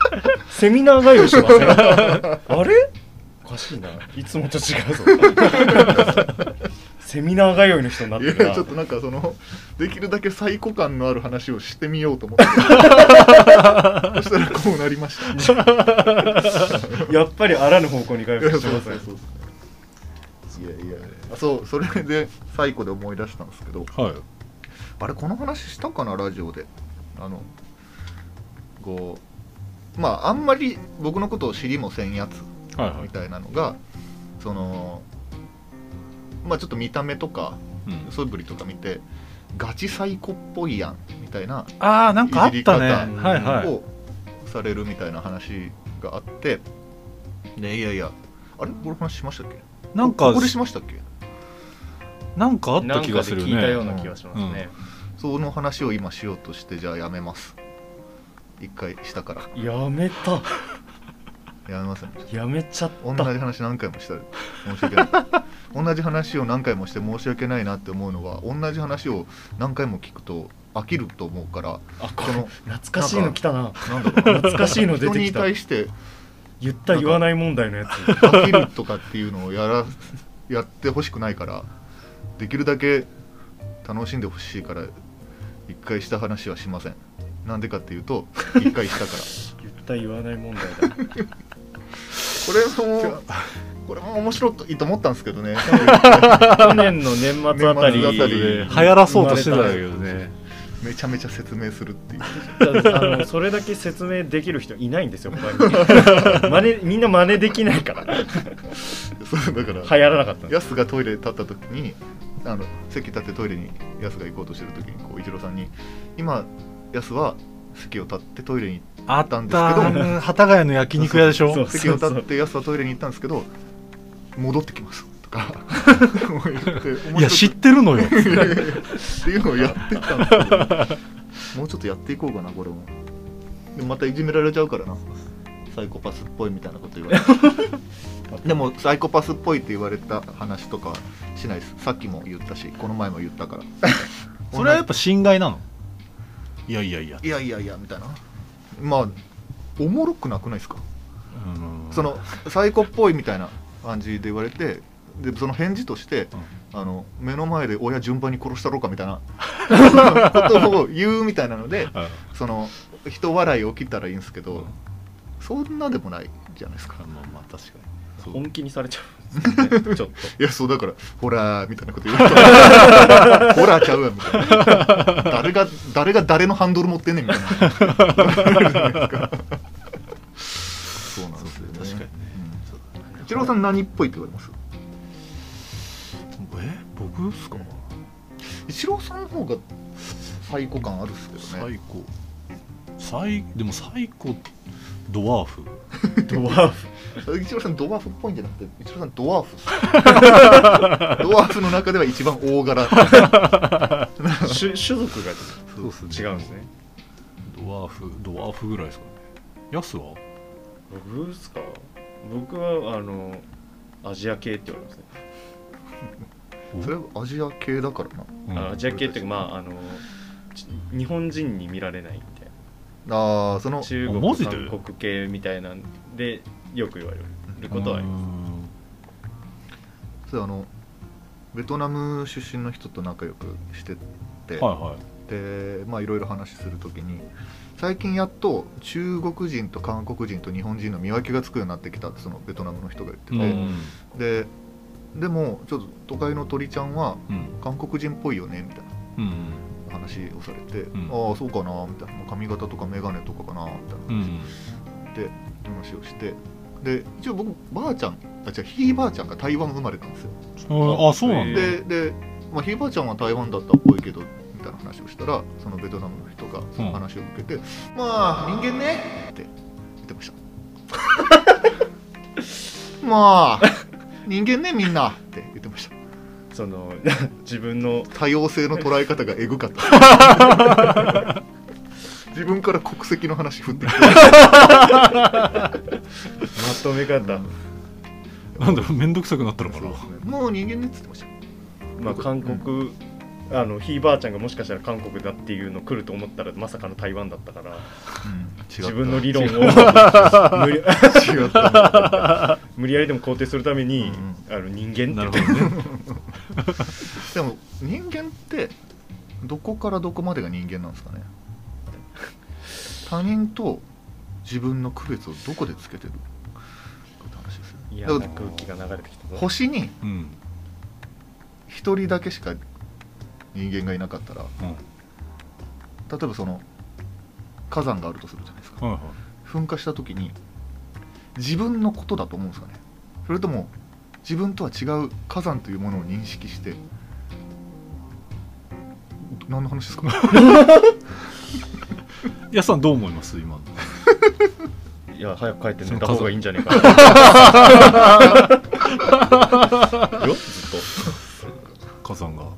C: セミナー概要しません [LAUGHS] あれおかしいないつもと違うぞセミナー通いの人になっ
B: い
C: てる
B: や
C: な
B: ちょっとなんかそのできるだけ最古感のある話をしてみようと
C: [LAUGHS]
B: 思ってそしたらこうなりました。
C: やっぱりあらぬ方向に回
B: いやそ
C: 復
B: う
C: し
B: そう
C: ます
B: そう
C: ね
B: いやいやあそうそれで最古で思い出したんですけど
A: はい
B: あれこの話したかなラジオであのこうまああんまり僕のことを知りもせんやつ
A: はいは
B: み
A: い、
B: たいなのがそのまあちょっと見た目とか
A: うん
B: そういうぶりとか見てガチサイコっぽいやんみたいな
A: ああなんかあったね
B: いじり
A: はいはい
B: をされるみたいな話があってでいやいやあれこの話しましたっけ
A: なん
B: こ
A: か
B: こでしましたっけ
A: なんかあっ
C: な
A: た
C: んか
A: 気
C: で
A: がするよ
C: 聞いたよう
A: ね
C: な気がしますね、
B: その話を今しようとしてじゃあやめます一回したから
C: やめた
B: やめますね
C: やめちゃっ
B: 同じ
C: た
B: 話何回もしたら申し訳ない同じ話を何回もして申し訳ないなって思うのは同じ話を何回も聞くと飽きると思うから
C: あこ
B: その
C: れ懐かしいの来たな
B: なんだろうな
C: 懐かしいの出
B: 人
C: て
B: に
C: きた
B: 対して
C: 言った言わない問題のやつ
B: 飽きるとかっていうのをやらやってほしくないからできるだけ楽しんでほしいから一回した話はしませんなんでかっていうと一回したから
C: 言った言わない問題だ
B: これもこれも面白いと思ったんですけどね
C: [LAUGHS] 去年の年末あたり
B: 年末あたり
A: で流行らそうとしてたんだけどね
B: めちゃめちゃ説明するっていう
C: あのそれだけ説明できる人いないんですよ [LAUGHS] 周りに真似みんな真似できないから流
B: そうだから
C: 行らなかったんで
B: ヤスがトイレ立った時にあの席立ってトイレにヤスが行こうとしてる時にこう一郎さんに「今ヤスは席を立ってトイレに
A: あったた
B: ん
A: ん
B: で
A: ですす
B: け
A: け
B: ど
A: ど幡ヶ谷の焼肉屋でしょ
C: そう
B: 席を立ってヤスはトイレに行ったんですけど戻ってきます」とかこう言って
A: いや知ってるのよ
B: っていうのをやってたんですけどもうちょっとやっていこうかなこれもでもまたいじめられちゃうからなサイコパスっぽいみたいなこと言われ
A: [LAUGHS]
B: てでもサイコパスっぽいって言われた話とかはしないですさっきも言ったしこの前も言ったから
A: [LAUGHS] それはやっぱ侵害なのいやいやいや
B: いやいやいやみたいなまあおもろくなくないですか
A: うん
B: そのサイコっぽいみたいな感じで言われてでその返事として
A: うん
B: あの目の前で親順番に殺したろうかみたいなことを言うみたいなの [LAUGHS] で
A: あ
B: その人笑い起きたらいいんですけど、
A: うん
B: そんなでもないじゃないですか
A: あまあまあ確か
C: す
A: に
C: 本気にされちゃうんですよ [LAUGHS] ねちょっと
B: いやそうだから「ほら」みたいなこと [LAUGHS] 言うとほらちゃうわ」みたいな誰が誰が誰のハンドル持ってんねんみたいなそうなんですよ、ね、
A: そう確かにね
B: うん一郎さん何っぽいって言われます
A: え僕っすか
B: 一郎さんの方が最高感あるっすけど
A: 最
B: ね
A: 高最でも最高ドワーフ
C: [LAUGHS] ドワーフ
B: 一郎さんドワーフっぽいんじゃなくて一郎さんドワーフ
A: [LAUGHS]
B: っすドワーフの中では一番大柄
C: 種種族が
B: そうっすね
C: 違うんですね
A: ドワーフドワーフぐらいですかねヤスは
C: 僕ですか僕はあのアジア系って言われますね、
B: それはアジア系だからな
A: うん
C: あアジア系っていうかまああのち日本人に見られないみたい
B: ああその
C: な中
A: マ
C: 国
A: ジで
C: 韓国系みたいなんでよく言われることはあります
B: そうあのベトナム出身の人と仲良くしてて、
A: はいはい
B: でまあいろいろ話するときに最近やっと中国人と韓国人と日本人の見分けがつくようになってきたってそのベトナムの人が言
A: うん
B: ってて、ででもちょっと都会の鳥ちゃんは
A: うん
B: 韓国人っぽいよねみたい
A: うん
B: な話をされて、
A: うん
B: ああそうかなみたいな髪型とか眼鏡とかかなみたいな
A: うんうん
B: 話をしてで一応僕ばあちゃんあ違うひいばあちゃんが台湾生まれなんですよ
A: あそうなんだ
B: でで、まあ、ひいばあちゃんは台湾だったっぽいけどみたいな話をしたらそのベトナムの人がその話を受けて、まあ人間ねって言ってました [LAUGHS] まあ人間ねみんなって言ってました
C: その [LAUGHS] 自分の
B: 多様性の捉え方がえぐかった
A: [LAUGHS]
B: 自分から国籍の話振ってきて
C: まとめ方、
A: なんだろう面倒くさくなったのか
B: そう
A: な
B: ですねもう人間ねって言ってました
C: まあ、韓国、あのひいばあちゃんがもしかしたら韓国だっていうの来ると思ったらまさかの台湾だったから自分の理論を [LAUGHS] 無理 [LAUGHS]
B: 違った
C: 無理やりでも肯定するために、
B: う
C: あの人間
A: なる
C: って
A: ほどね
B: [LAUGHS] でも人間ってどこからどこまでが人間なんですかね他人と自分の区別をどこでつけてるかって話ですよね
C: 嫌
B: だ
C: な
B: か
C: 空気が流れてきた
B: ら
C: ぞ
B: 星に
A: うん
B: 一人だけしか人間がいなかったら
A: うんはい
B: 例えばその火山があるとするじゃないですか
A: はい
B: 噴火した時に自分のことだと思うんですかねそれとも自分とは違う火山というものを認識して何の話ですか
A: 安さんどう思います今の
C: いや早く帰って
A: そ
C: 寝
A: の
C: た方がいいんじゃねえか [LAUGHS] よずっ
A: 火山があも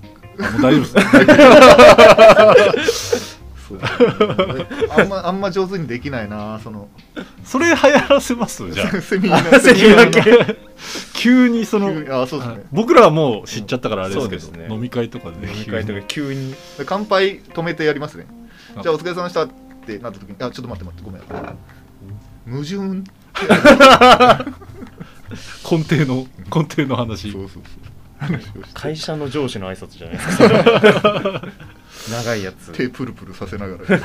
A: う大丈夫ですね
B: そう [LAUGHS] あんまあんま上手にできないなその
A: それ流行らせます
B: [LAUGHS]
A: じゃあ
B: セミナー
A: セミだけ急にその
B: 急にあそうですね
A: 僕らはもう知っちゃったからあれですけ
C: そ
A: ど
C: うですね
A: 飲み会とかで
C: と飲み会とか急に
B: で乾杯止めてやりますね
A: あ
B: じゃあお疲れ様でしたってなった時にあちょっと待って待ってごめん矛盾
A: 根底の根底の話
B: そうそうそう話をして
C: 会社の上司の挨拶じゃないですか長いやつ
B: [LAUGHS] 手プルプルさせながら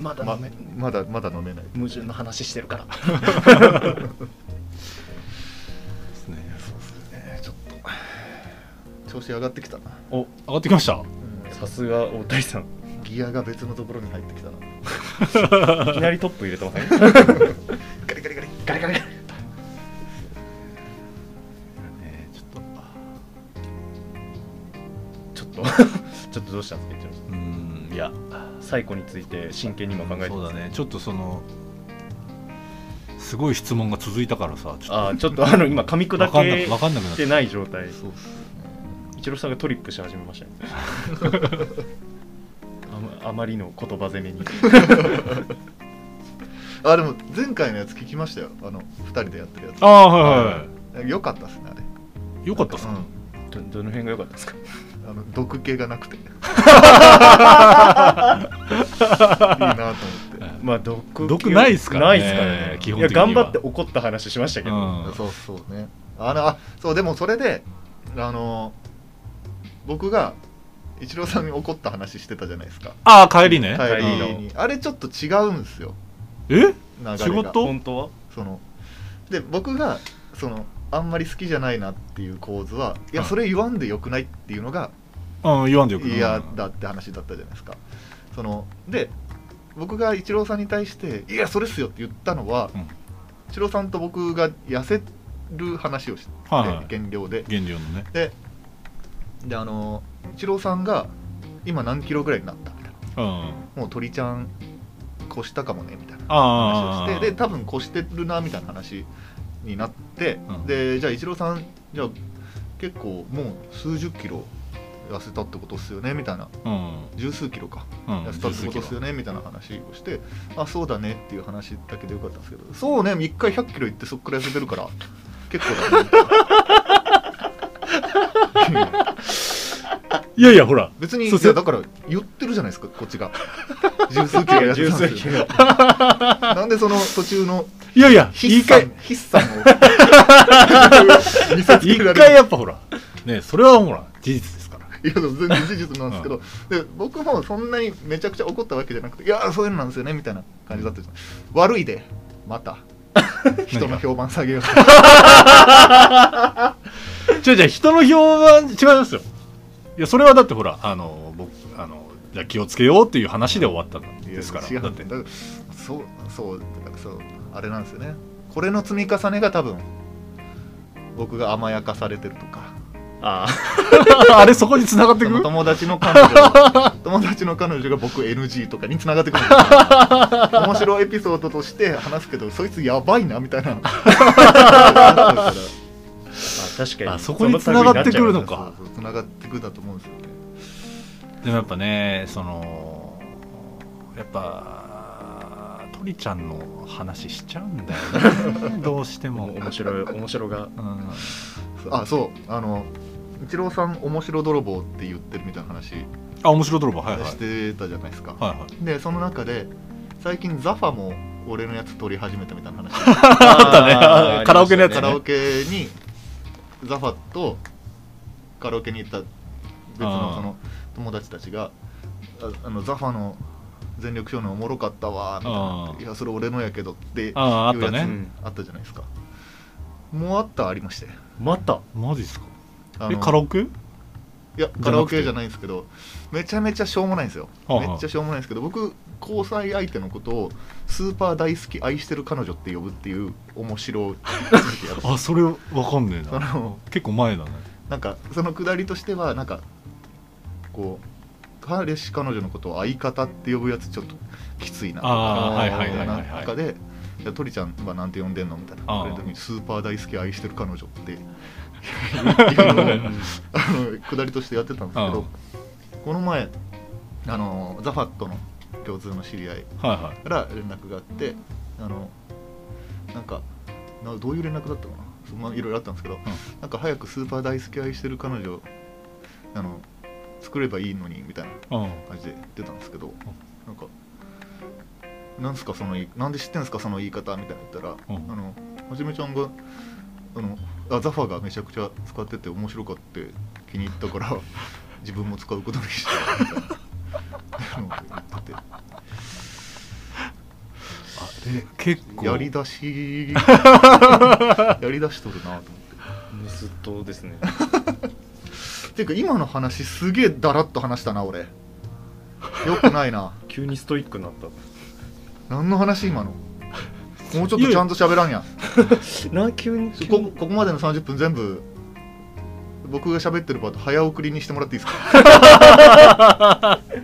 C: ま
B: [LAUGHS]
C: だ
B: ままだまだ飲めない
C: 矛盾の話してるから
A: ですね
B: えーちょっと調子上がってきたな、
A: お上がってきました
C: さすが大谷さん
B: ギアが別のところに入ってきたない
C: きなりトップ入れてません
B: ガリガリガリガリガリガリ
A: ねちょっと
C: ちょっとちょっとどうしたんですか一応
A: うーんいや
C: サイコについて真剣に今考えて
A: そう
C: ます
A: だねちょっとそのすごい質問が続いたからさちょっ
C: ああちょっとあの今噛み
A: と
C: 砕
A: 分かんなく分か
C: け
A: んなくなって
C: ない状態
B: そうっす
C: 一郎さんがトリップし始めましたねあまあまりの言葉攻 [LAUGHS] めに
B: あでも前回のやつ聞きましたよあの2人でやってるや
A: ああはいはい、は
B: つよかったっすねあれ
A: い、よかったっす
B: う
A: ね
B: ん
C: どどの辺が良かったですか
B: あの毒気が
A: [LAUGHS]
B: なくていいなと思って、
C: まあ毒
A: 毒ないっすからね
C: ないっすからね
A: 基本的にはい
C: や頑張って怒った話しましたけど、
A: うん
B: そうそうねあのあそうでもそれであの僕がイチローさんに怒った話してたじゃないですか
A: ああ帰りね、
B: 帰
A: りの
B: りにあれちょっと違うんですよ
A: え
B: 流れが
A: 仕事
C: 本当は
B: そので僕がそのあんまり好きじゃないなっていう構図はいや
A: うん
B: それ言わんでよくないっていうのが
A: うん言わんでよくない
B: 嫌だって話だったじゃないですかそので僕がイチローさんに対して「いやそれっすよ」って言ったのは、
A: うん
B: イチローさんと僕が痩せる話をして、
A: はいはい
B: 減量で
A: 原料のね
B: でであのイチローさんが今何キロぐらいになったみたい
A: うん
B: なもう鳥ちゃん越したかもねみたいな話
A: あ
B: を
A: あ
B: してで多分越してるなみたいな話になって、
A: うん
B: でじゃあイチローさんじゃあ結構もう数十キロ痩せたってことっすよねみたいな
A: うん
B: 十数キロか
A: うん
B: 痩せたってことっすよねみたいな話をしてあそうだねっていう話だけでよかったんですけどそうね一回1 0 0キロいってそっから痩せてるから
A: [LAUGHS]
B: 結構だね
A: いやいやほら
B: 別にい
A: そうそう
B: やだから言ってるじゃないですかこっちが十数件やっ
A: [LAUGHS]
B: てたんですよ
C: 十数
B: [LAUGHS] なんでその途中の
A: いやい
B: [LAUGHS]
A: や言い
B: 筆
A: 換
B: 算
A: え
B: 筆算を見せつけ
A: 一
B: られる
A: 回やっぱほらねそれはほら事実ですから
B: いやでも全然事実なんですけど、で僕もそんなにめちゃくちゃ怒ったわけじゃなくて「いやそういうのなんですよね」みたいな感じだったじゃん悪いで
A: [LAUGHS]
B: また人の評判下げよう
A: 違う違う人の評判違いますよいやそれはだってほらあの僕あのじゃあ気をつけようっていう話で終わったんですから
B: いや違う
A: だっ
B: ん
A: て
B: だよだからそうそうだからそうあれなんですよねこれの積み重ねが多分僕が甘やかされてるとか
C: ああ
A: あれそこに繋がって [LAUGHS]
B: そ
A: く
B: の
A: る
B: 友達の
A: [LAUGHS]
B: 彼女友達の彼女が僕 NG とかに繋がってくるんですよ
A: [LAUGHS]
B: 面白いエピソードとして話すけどそいつやばいなみたいなだから
C: 確かに
A: あそこに繋がってくるのか
B: そうそう繋がってくるだと思うんですよね
A: でもやっぱねそのやっぱ鳥ちゃんの話しちゃうんだよ [LAUGHS] ねどうして
C: も
A: も
C: う面白い面白が
A: うん
B: あそうあの一郎さん面白泥棒って言ってるみたいな話し
A: あ面白い泥棒はいはい
B: てたじゃないですか、
A: はいはい
B: でその中で最近ザファも俺のやつ撮り始めたみたいな話
A: あったねカラオケのやつね
B: カラオケにザファとカラオケに行った別
A: あー
B: のその友達たちが「ああのザファの全力少年おもろかったわ」みたい
A: あ
B: な「
A: ー
B: いやそれ俺のやけど」って
A: あああった
B: いうやつ
A: ね
B: あったじゃないですかもうあったありまして
C: また
A: マジですか
B: あの
A: えカラオケ
B: いやカラオケじゃないんですけどめちゃめちゃしょうもないんですよ
A: はあはあ
B: めっちゃしょうもないんですけど僕交際相手のことをスーパー大好き愛してる彼女って呼ぶっていう面白い
A: [LAUGHS] あそれわかんねえ
B: そ
A: な
B: の
A: 結構前だね
B: なんかそのくだりとしてはなんかこう彼氏彼女のことを相方って呼ぶやつちょっときついな
A: あ
C: ーはいはいはい
A: はいはい
B: 中で「いや鳥ちゃんはなんて呼んでんの?」みたいな
A: あー
B: 言われた時に「スーパー大好き愛してる彼女」っていうのをあの下りとしてやってたんですけ
A: うん
B: どこの前あのザファットの共通の知り合い
A: はいはい
B: から連絡があってあのなんかなどういう連絡だったのかなそんないろいろあったんですけど、なんか早くスーパー大好き愛してる彼女あの作ればいいのにみたいな
A: うん
B: 感じで言ってたんですけど、なんか「なんすかその言いなんで知ってんすかその言い方」みたいな言ったら、
A: うん
B: あのはじめちゃんがあのあザファがめちゃくちゃ使ってて面白かって気に入ったから自分も使うことにしたみたいなのを言ってて
A: あれ結構
B: やりだ
A: [LAUGHS]
B: しやりだしとるなと思って
C: むすっとですね
B: ていうか今の話すげえだらっと話したな俺よくないな
C: 急にストイックになった
B: 何の話今のもうちょっとちゃんと喋らんや
C: な急に
B: こここまでの30分全部僕が喋ってるパート早送りにしてもらっていいですか
A: [LAUGHS]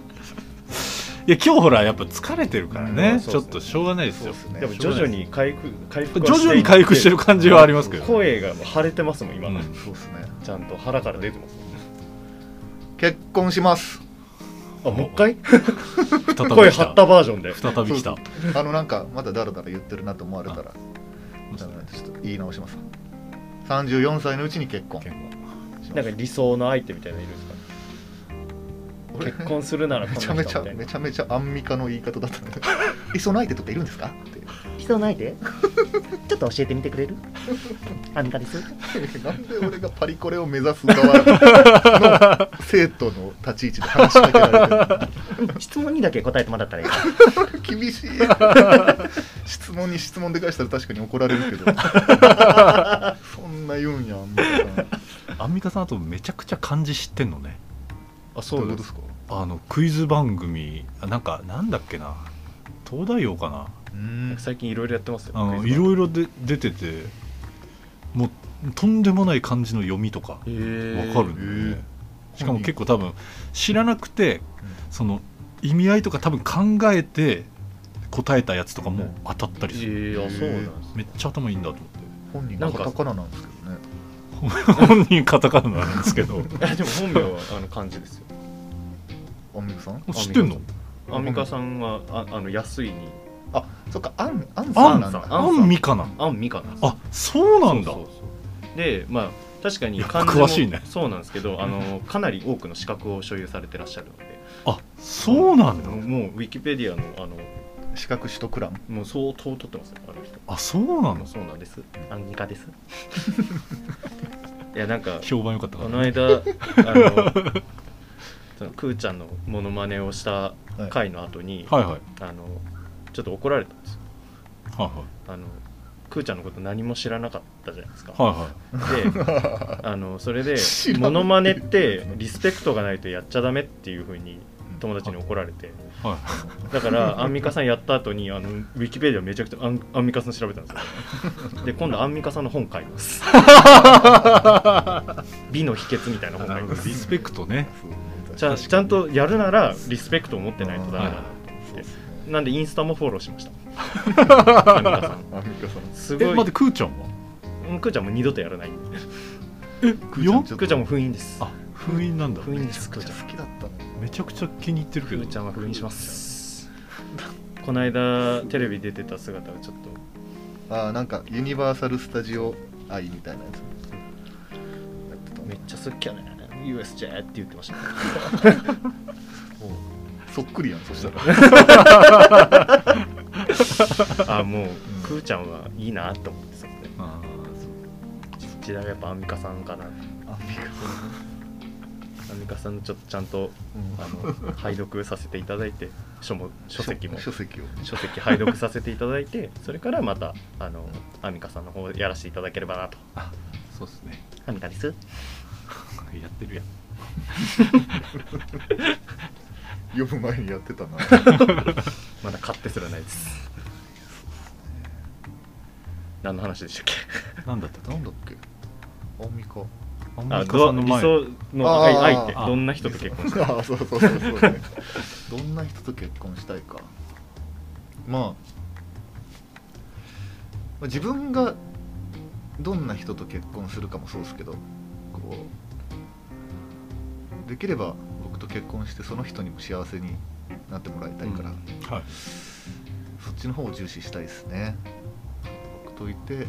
A: いや今日ほらやっぱ疲れてるからね,、
C: うん
A: ち
C: そ
A: ょ
C: う
A: っ
C: そう
A: としょうがないですよ
B: ね
C: でも徐々に回復回復は
A: 徐々に回復してる感じはありますけど、ね、
C: 声がもう腫れてますもん今、
A: うん
B: そうですね
C: ちゃんと腹から出てますもんね
B: 結婚します
C: あもう一回
A: 再び
C: 声
A: 来
C: 張ったバージョンで
A: た再び来た
B: そうそうあのなんかまだだらだら言ってるなと思われたらダメなんでちょっと言い直します34歳のうちに結婚
A: 結構
B: しま
C: なん
B: す
C: か理想の相手みたいなのいるんですか
B: 俺
C: 結婚するならこ
B: め
C: の
B: ち
C: 人
B: ゃめちゃ
C: みたいな
B: めちゃめちゃアンミカの言い方だったん
C: [LAUGHS]
B: で理想の相手とかいるんですかっ
D: 人の相手 [LAUGHS] ちょっと教えてみてくれるアンミカです
C: [LAUGHS]
B: てなんで俺がパリコレを目指す側の生徒の立ち位置で話しかけられてる
D: 質問にだけ答えてもらったらいいか
B: [LAUGHS] 厳しい質問に質問で返したら確かに怒られる
C: [LAUGHS]
B: けどそんな言うんやアンミカさん
A: アンミカさんあとめちゃくちゃ漢字知ってんのね
C: あそ
B: どういうことで
C: うなんですす
B: か
A: あのクイズ番組あなんかなんだっけな東大王かな
B: うん
C: 最近いろいろやってますよ
A: あの
C: クイ
A: い
C: ズ番
A: ろいろで出ててもうとんでもない漢字の読みとかわか
C: 組へー
A: るんだよねしかも結構多分知らなくて
B: う
A: その意味合いとか多分考えて答えたやつとかも当たったり
C: え
A: する
C: ー、あそうなんですね
A: めっちゃ頭いいんだと
B: 本人がカタカナなんですけどね
A: 思って本人カタカナなんです
C: [LAUGHS]
A: けど
C: あでも本名はあの漢字ですよ
B: アンミカさん
A: 知ってんの
C: アンミカさんはああの安いに
B: あそっかアンアン
A: あ
B: さん
A: ん
B: なんだ
C: アンさん
A: あんみかな
C: アンミカなんです
A: あそうなんだ
C: そうそうそうでまあ確かに
A: いや
C: 漢字
A: 詳
C: も
A: しいね
C: そうなんですけどあのかなり多くの資格を所有されてらっしゃるので
A: あそうなんだ
C: もうもうウィキペディアのあの
B: 資格取得欄
C: もう相当取ってますよあの人
A: あそうな
C: も
A: の
C: うそうなんですアンニカです
A: [LAUGHS]
C: いやなんか
A: 評判良かったか
C: こ
A: ら
C: の間あのそのくーちゃんのモノマネをした回の後に、
A: はいはいはい
C: あのちょっと怒られたんですよ
A: は
C: あのくーちゃんのこと何も知らなかったじゃないですか、
A: いはいはい
C: であの
A: [LAUGHS]
C: それで
B: 知らない
C: モノマネってリスペクトがないとやっちゃダメっていう風に友達に怒られて
A: はい
C: だか
A: [LAUGHS]
C: らアンミカさんやった後にあのウィキペディアめちゃくちゃアンアンミカさん調べたんですよで今度アンミカさんの本買います
A: [LAUGHS]
C: 美の秘訣みたいな本
A: な
C: 買い
A: るほど
C: ます
A: リスペクトね
C: ちゃんちゃんとやるならリスペクトを持ってないとダメだな
A: は
B: そうですね
C: なんでインスタもフォローしました
A: [LAUGHS]
C: ア
B: アン
C: ンミカさん
B: ミカさん
C: す
A: え
C: ごい
A: 待ってくーちゃんは
C: うんくーちゃんもう二度とやらないんで
A: え
B: ーちゃん
A: よ
B: ちょっと
C: くーちゃんも封印です
A: あ封印なんだ
C: 封印ですく
B: め
C: ー
B: っ
C: ち
B: ち
C: ゃん
B: ゃ好きだったね
A: めちゃくちゃ気に入ってるけ
C: ふ
A: ど
C: ーちゃんは封印しますこの間テレビ出てた姿がちょっと
B: あーなんかユニバーサル・スタジオ愛みたいなやつやってた
C: めっちゃすっきゃね USJ って言ってました
B: そっくりやんそしたら
C: [LAUGHS] あもうくーちゃんはいいなと思ってそこで
A: あ
C: 時代はやっぱアンミカさんかなア
B: アンミカさん
C: ンミカさんのちょっとちゃんとあの拝読させていただいて書も書籍も
B: 書籍を
C: 書籍拝読させていただいてそれからまたあのアンミカさんの方やらせていただければなと
A: ーそうですね
D: アンミカです
A: やってるやん
B: 読む前にやってた
A: [LAUGHS]
B: な
C: まだ買ってすらないです何の話でしたっけ
A: なんだったの
B: なんだっけアンミカ
A: アン
C: あ
A: ミカ
C: ど
A: さ
C: うん理
A: の前
C: 想の
B: あー
C: 相相手
A: あ
C: どんな人と結婚した
B: た [LAUGHS] あそうそうそうそう、ね、どんな人と結婚したいかまあまあ自分がどんな人と結婚するかもそうですけどこうできれば僕と結婚してその人にも幸せになってもらいたいから、
A: はい
B: そっちの方を重視したいですね僕といて、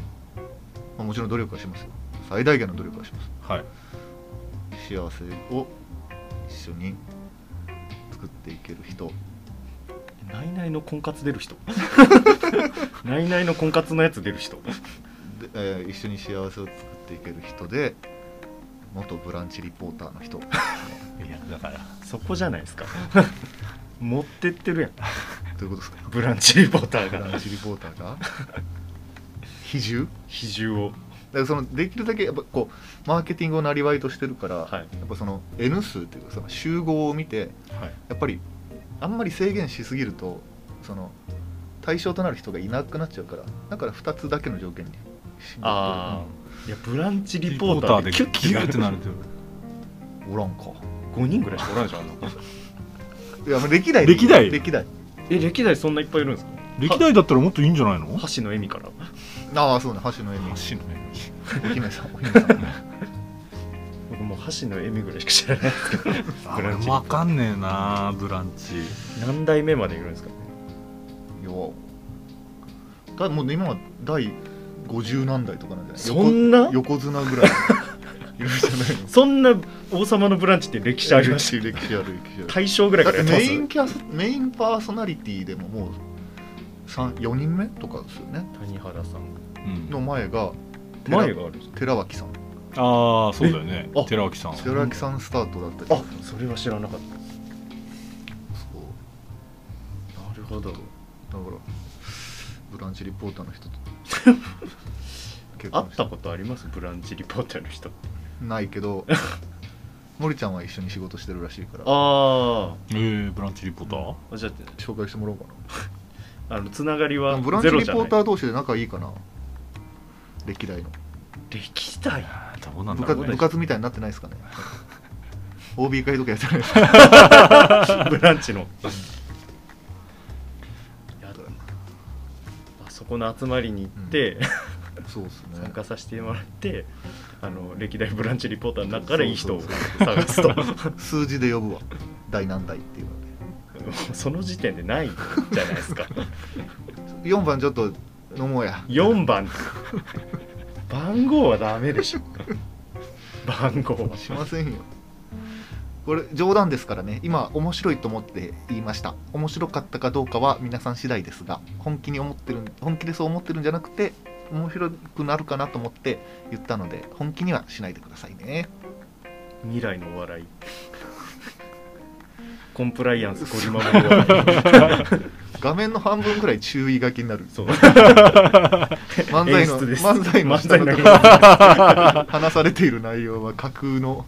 B: まあ、もちろん努力はしますよ最大限の努力はします
A: はい
B: 幸せを一緒に作っていける人
C: [LAUGHS] ナイナイの婚活出る人ナイナイの婚活のやつ出る人
B: で、えー一緒に幸せを作っていける人で元ブランチリポーターの
C: [LAUGHS]
B: 人
A: いやだから
C: そこじゃないですか [LAUGHS] 持ってってるやん
B: ということですか
C: ブランチリポーター
B: ブラ
C: が
B: ンチリポーターが比重だか
C: 比重を
B: らそのできるだけやっぱこうマーケティングをなりわいとしてるから、
C: はい
B: やっぱその N 数っていうかその集合を見て
A: はい
B: やっぱりあんまり制限しすぎるとその対象となる人がいなくなっちゃうからだから2つだけの条件に絞って
C: ああいやブランチリ
A: リ
C: ポ
A: ポ
C: ー
A: ー
C: タ
A: タ
C: ー
A: ー
C: で
A: でキ
C: キュ
A: ュ
C: ッ
A: ッ
C: キ
A: キ
C: ュ
A: ュ
C: ッ
A: ッ
C: て
A: て
C: な
A: な
C: る
A: ると
B: おらんか
C: 5人ぐらいしかおらんでしょあんない
B: やもう歴代
A: 歴代
B: 歴代
C: え歴代そんないっぱいいるんですか
A: 歴代だったらもっといいんじゃないの
C: 橋の恵美から
B: ああそうね橋の恵美
A: 橋のね
B: お姫さんお姫 [LAUGHS] さん
C: 僕もう橋の恵美ぐらいしか知らないですけど
A: あ
C: ブランチ
A: わかんねえなブランチ
C: 何代目までいるんですか
B: よだもうね今は第50何代とかなんじゃない
C: そんな
B: 横横綱ぐらいいるんじゃないの
C: そんな王様のブランチって歴史ありま
B: 歴
C: し
B: [LAUGHS] 史歴史ある歴史ある
C: 大正ぐらい
B: だ
C: か
B: っ
C: らや
B: て
C: って
B: メイ
C: ます
B: ンキャスメインパーソナリティでももう4人目とかですよね
C: 谷原さん
A: うん
B: の前が寺
C: 前があるんです
B: 寺脇さん
A: ああそうだよね
C: えあ
A: 寺脇さん
B: 寺脇さんスタートだったり
C: あそれは知らなかった
B: そう
C: なるほど
B: だからブランチリポーターの人と結
C: 会
B: 婚
C: っ
B: した
C: たことありますブランチリポーターの人
B: ないけど森ちゃんは一緒に仕事してるらしいから
C: あ
A: えー、ブランチリポーター
C: あじゃ
B: 紹介してもらおうかな
C: ああのつながり
B: で
C: は
B: もブランチ
C: ゼロ
B: リ
C: じゃ
B: ポ
C: な
B: ー
C: い
B: ター同士で仲いいかな歴代の
C: 歴
B: [LAUGHS]
C: 代
A: あーどうなん
B: 部
A: だ
B: 活
A: ろう
B: 部
A: ね
B: 活みたいになってないですかね OB 会とかやってないですか
C: ブランチのやだあそこの集まりに行って、
B: そうですね
C: 参加させてもらってあの歴代ブランチリポーターの中からいい人を
B: そう
C: 探すとも
B: 数字で呼ぶわ第何代っていうので
C: う [LAUGHS] その時点でないじゃないですか
B: 4番ちょっと飲もうや
C: 4番番号はダメでしょ番号は
B: しませんよこれ冗談ですからね今面白いと思って言いました面白かったかどうかは皆さん次第ですが本気に思ってるん本気でそう思ってるんじゃなくて面白くなるかなと思って言ったので本気にはしないでくださいね
C: 未来のお笑いコンプライアンス取り守るお笑い
B: 画面の半分ぐらい注意書きになる
C: そう
B: 漫才の
C: 演出です
B: 漫才の下のとこ
C: 漫才の
B: ろで話されている内容は架空の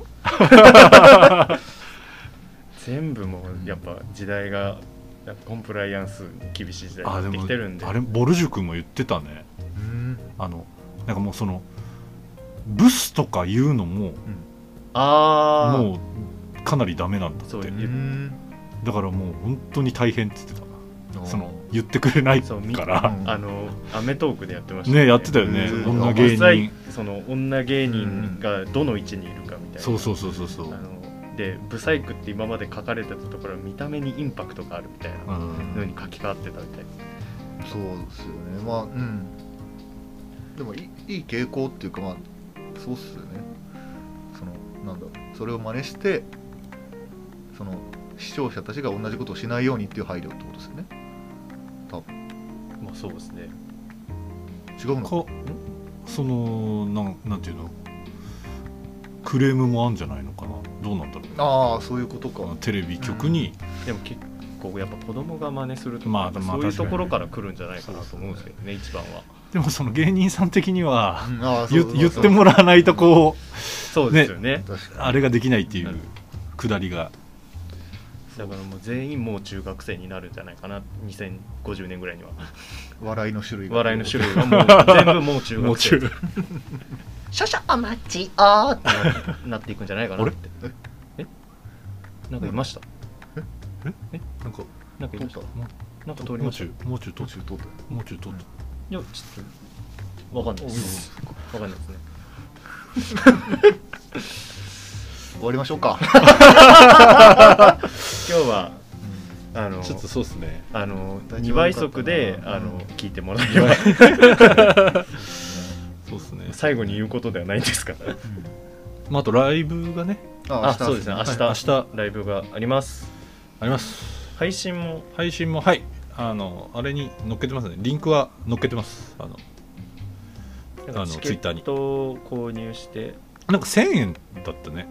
C: 全部もうやっぱ時代がやっぱコンプライアンスに厳しい時代
A: あ
C: に
A: で
C: なって
A: も
C: きてるんで
A: あれボルジュ君も言ってたね
B: うん
A: あのなんかもうそのブスとか言うのも
C: あー
A: もうかなりダメなんだって
C: そう
B: う
C: 言
B: ん
A: だからもう本当に大変って言ってたその
B: うん
A: 言ってくれない
C: そうみ
A: から
C: あの『アメトーク』でやってました
A: ねやってたよね
B: うん
A: 女芸
C: 実際
A: 人
C: その女芸人がどの位置にいるかみたいな
A: そうそうそうそうそう
C: あのでブサイクって今まで書かれてたところは見た目にインパクトがあるみたいな
A: うん
C: のに書き換わってたみたいな
B: そうですよねまあうんでもいいいい傾向っていうかまあそうっすよねそのなんだそれを真似してその視聴者たちが同じことをしないようにっていう配慮ってことですよね
C: まあそうですね
B: 違うのか
A: かそのなんなんていうのクレームもあるんじゃないのかなどうなんだろ
B: ああそういうことか
A: うテレビ局に
C: でも結構やっぱ子供が真似するとか、
A: まあまあ
C: そういう
A: 確か
C: と
A: に
C: ころから来るんじゃないかなと思うんですけどね一番は
A: でもその芸人さん的には
B: うん [LAUGHS] ああ
A: 言言っても
B: ら
A: らわないとこう
C: そうですよね
B: 確かに
A: あれができないっていう
C: うん
A: くだりが
C: だからもう全員もう中学生になるんじゃないかな2050年ぐらいには
B: 笑いの種類が
C: 笑いの種類がもう全部もう中
A: もう
C: 学生
A: 中
C: に
D: 少々お待ちをって
C: なっていくんじゃないかなってえなんかいました
A: なんか
C: なんかいました
B: 通っ
C: なんか通り
A: もう
C: ました
A: 中もう中
B: 途
A: 取っ
B: 中通った
A: もう中取っ
C: いやちょっとわかんないですわかんないですね
B: [LAUGHS] 終わりましょう
A: [LAUGHS]
B: か、
C: 今日はあの
A: ちょっとそうですね
C: あの
B: 大丈夫
C: 2倍速で
B: よかったな
C: あ
B: うん
C: の聞いてもらえれば
A: [LAUGHS] そうですね
C: 最後に言うことではないですから
A: まああとライブがね
B: あ
C: あそうですね明日
A: 明日
C: ライブがあります
A: あります
C: 配信も
A: 配信もはいあのあれに載っけてますねリンクは載っけてますあのあの
C: チケ
A: Twitter に
C: ットを購入して
A: なんか1000円だったね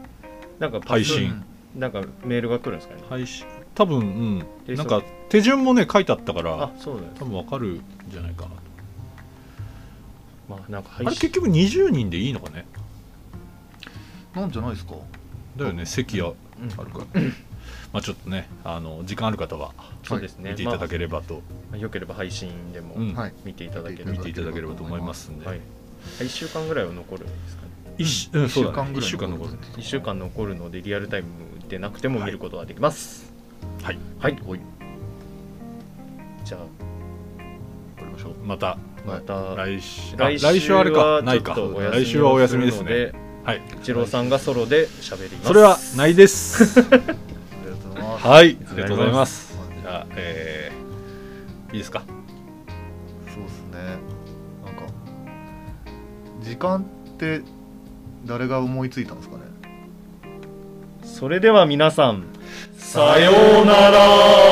C: なんかパス
A: 配信
C: なんかメールが来るんですかね
A: 配信多分う
C: で
A: んなんか手順もね書いてあったか
C: あ
A: ら
C: そうなんです
A: 多分わかるんじゃないかなと
C: まあなんか
A: あ
C: 配
A: れ結
C: 信
A: 局20人でいいのかね
B: なんじゃないですか
A: だよね席あ
C: うん
A: あるからまあちょっとねあの時間ある方は
C: そうですね
A: 見ていただければと、
C: まあよければ配信でも
A: うん
B: はい
C: 見ていただければ
A: 見ていただければと思いますんで、
C: はい1週間ぐらいは残るんですかね
A: 一うん、
B: 一
A: そ
B: 週
A: うだ
B: 間
A: ね
B: ぐ
A: 一
B: らい
A: 週間のことね
C: 1週間残るのでリアルタイムでなくても見ることはできます
A: はい
C: はい
B: おい
C: じゃ
B: 終わりましょう
A: また
C: あまた
A: 来週あ
C: 来
A: 来
C: 週
A: 週はあれかないか
C: ちょっとお休みを
A: 来週はお休みですね
C: るの
A: はい
C: 一郎さんがソロで喋ります
A: それはないです [LAUGHS]
B: ありがとうございます
A: はいありがとうございます
B: はい
A: じゃあえー、いいですか
B: そうですねなんか時間って誰が思いついたんですかね
C: それでは皆さんさようなら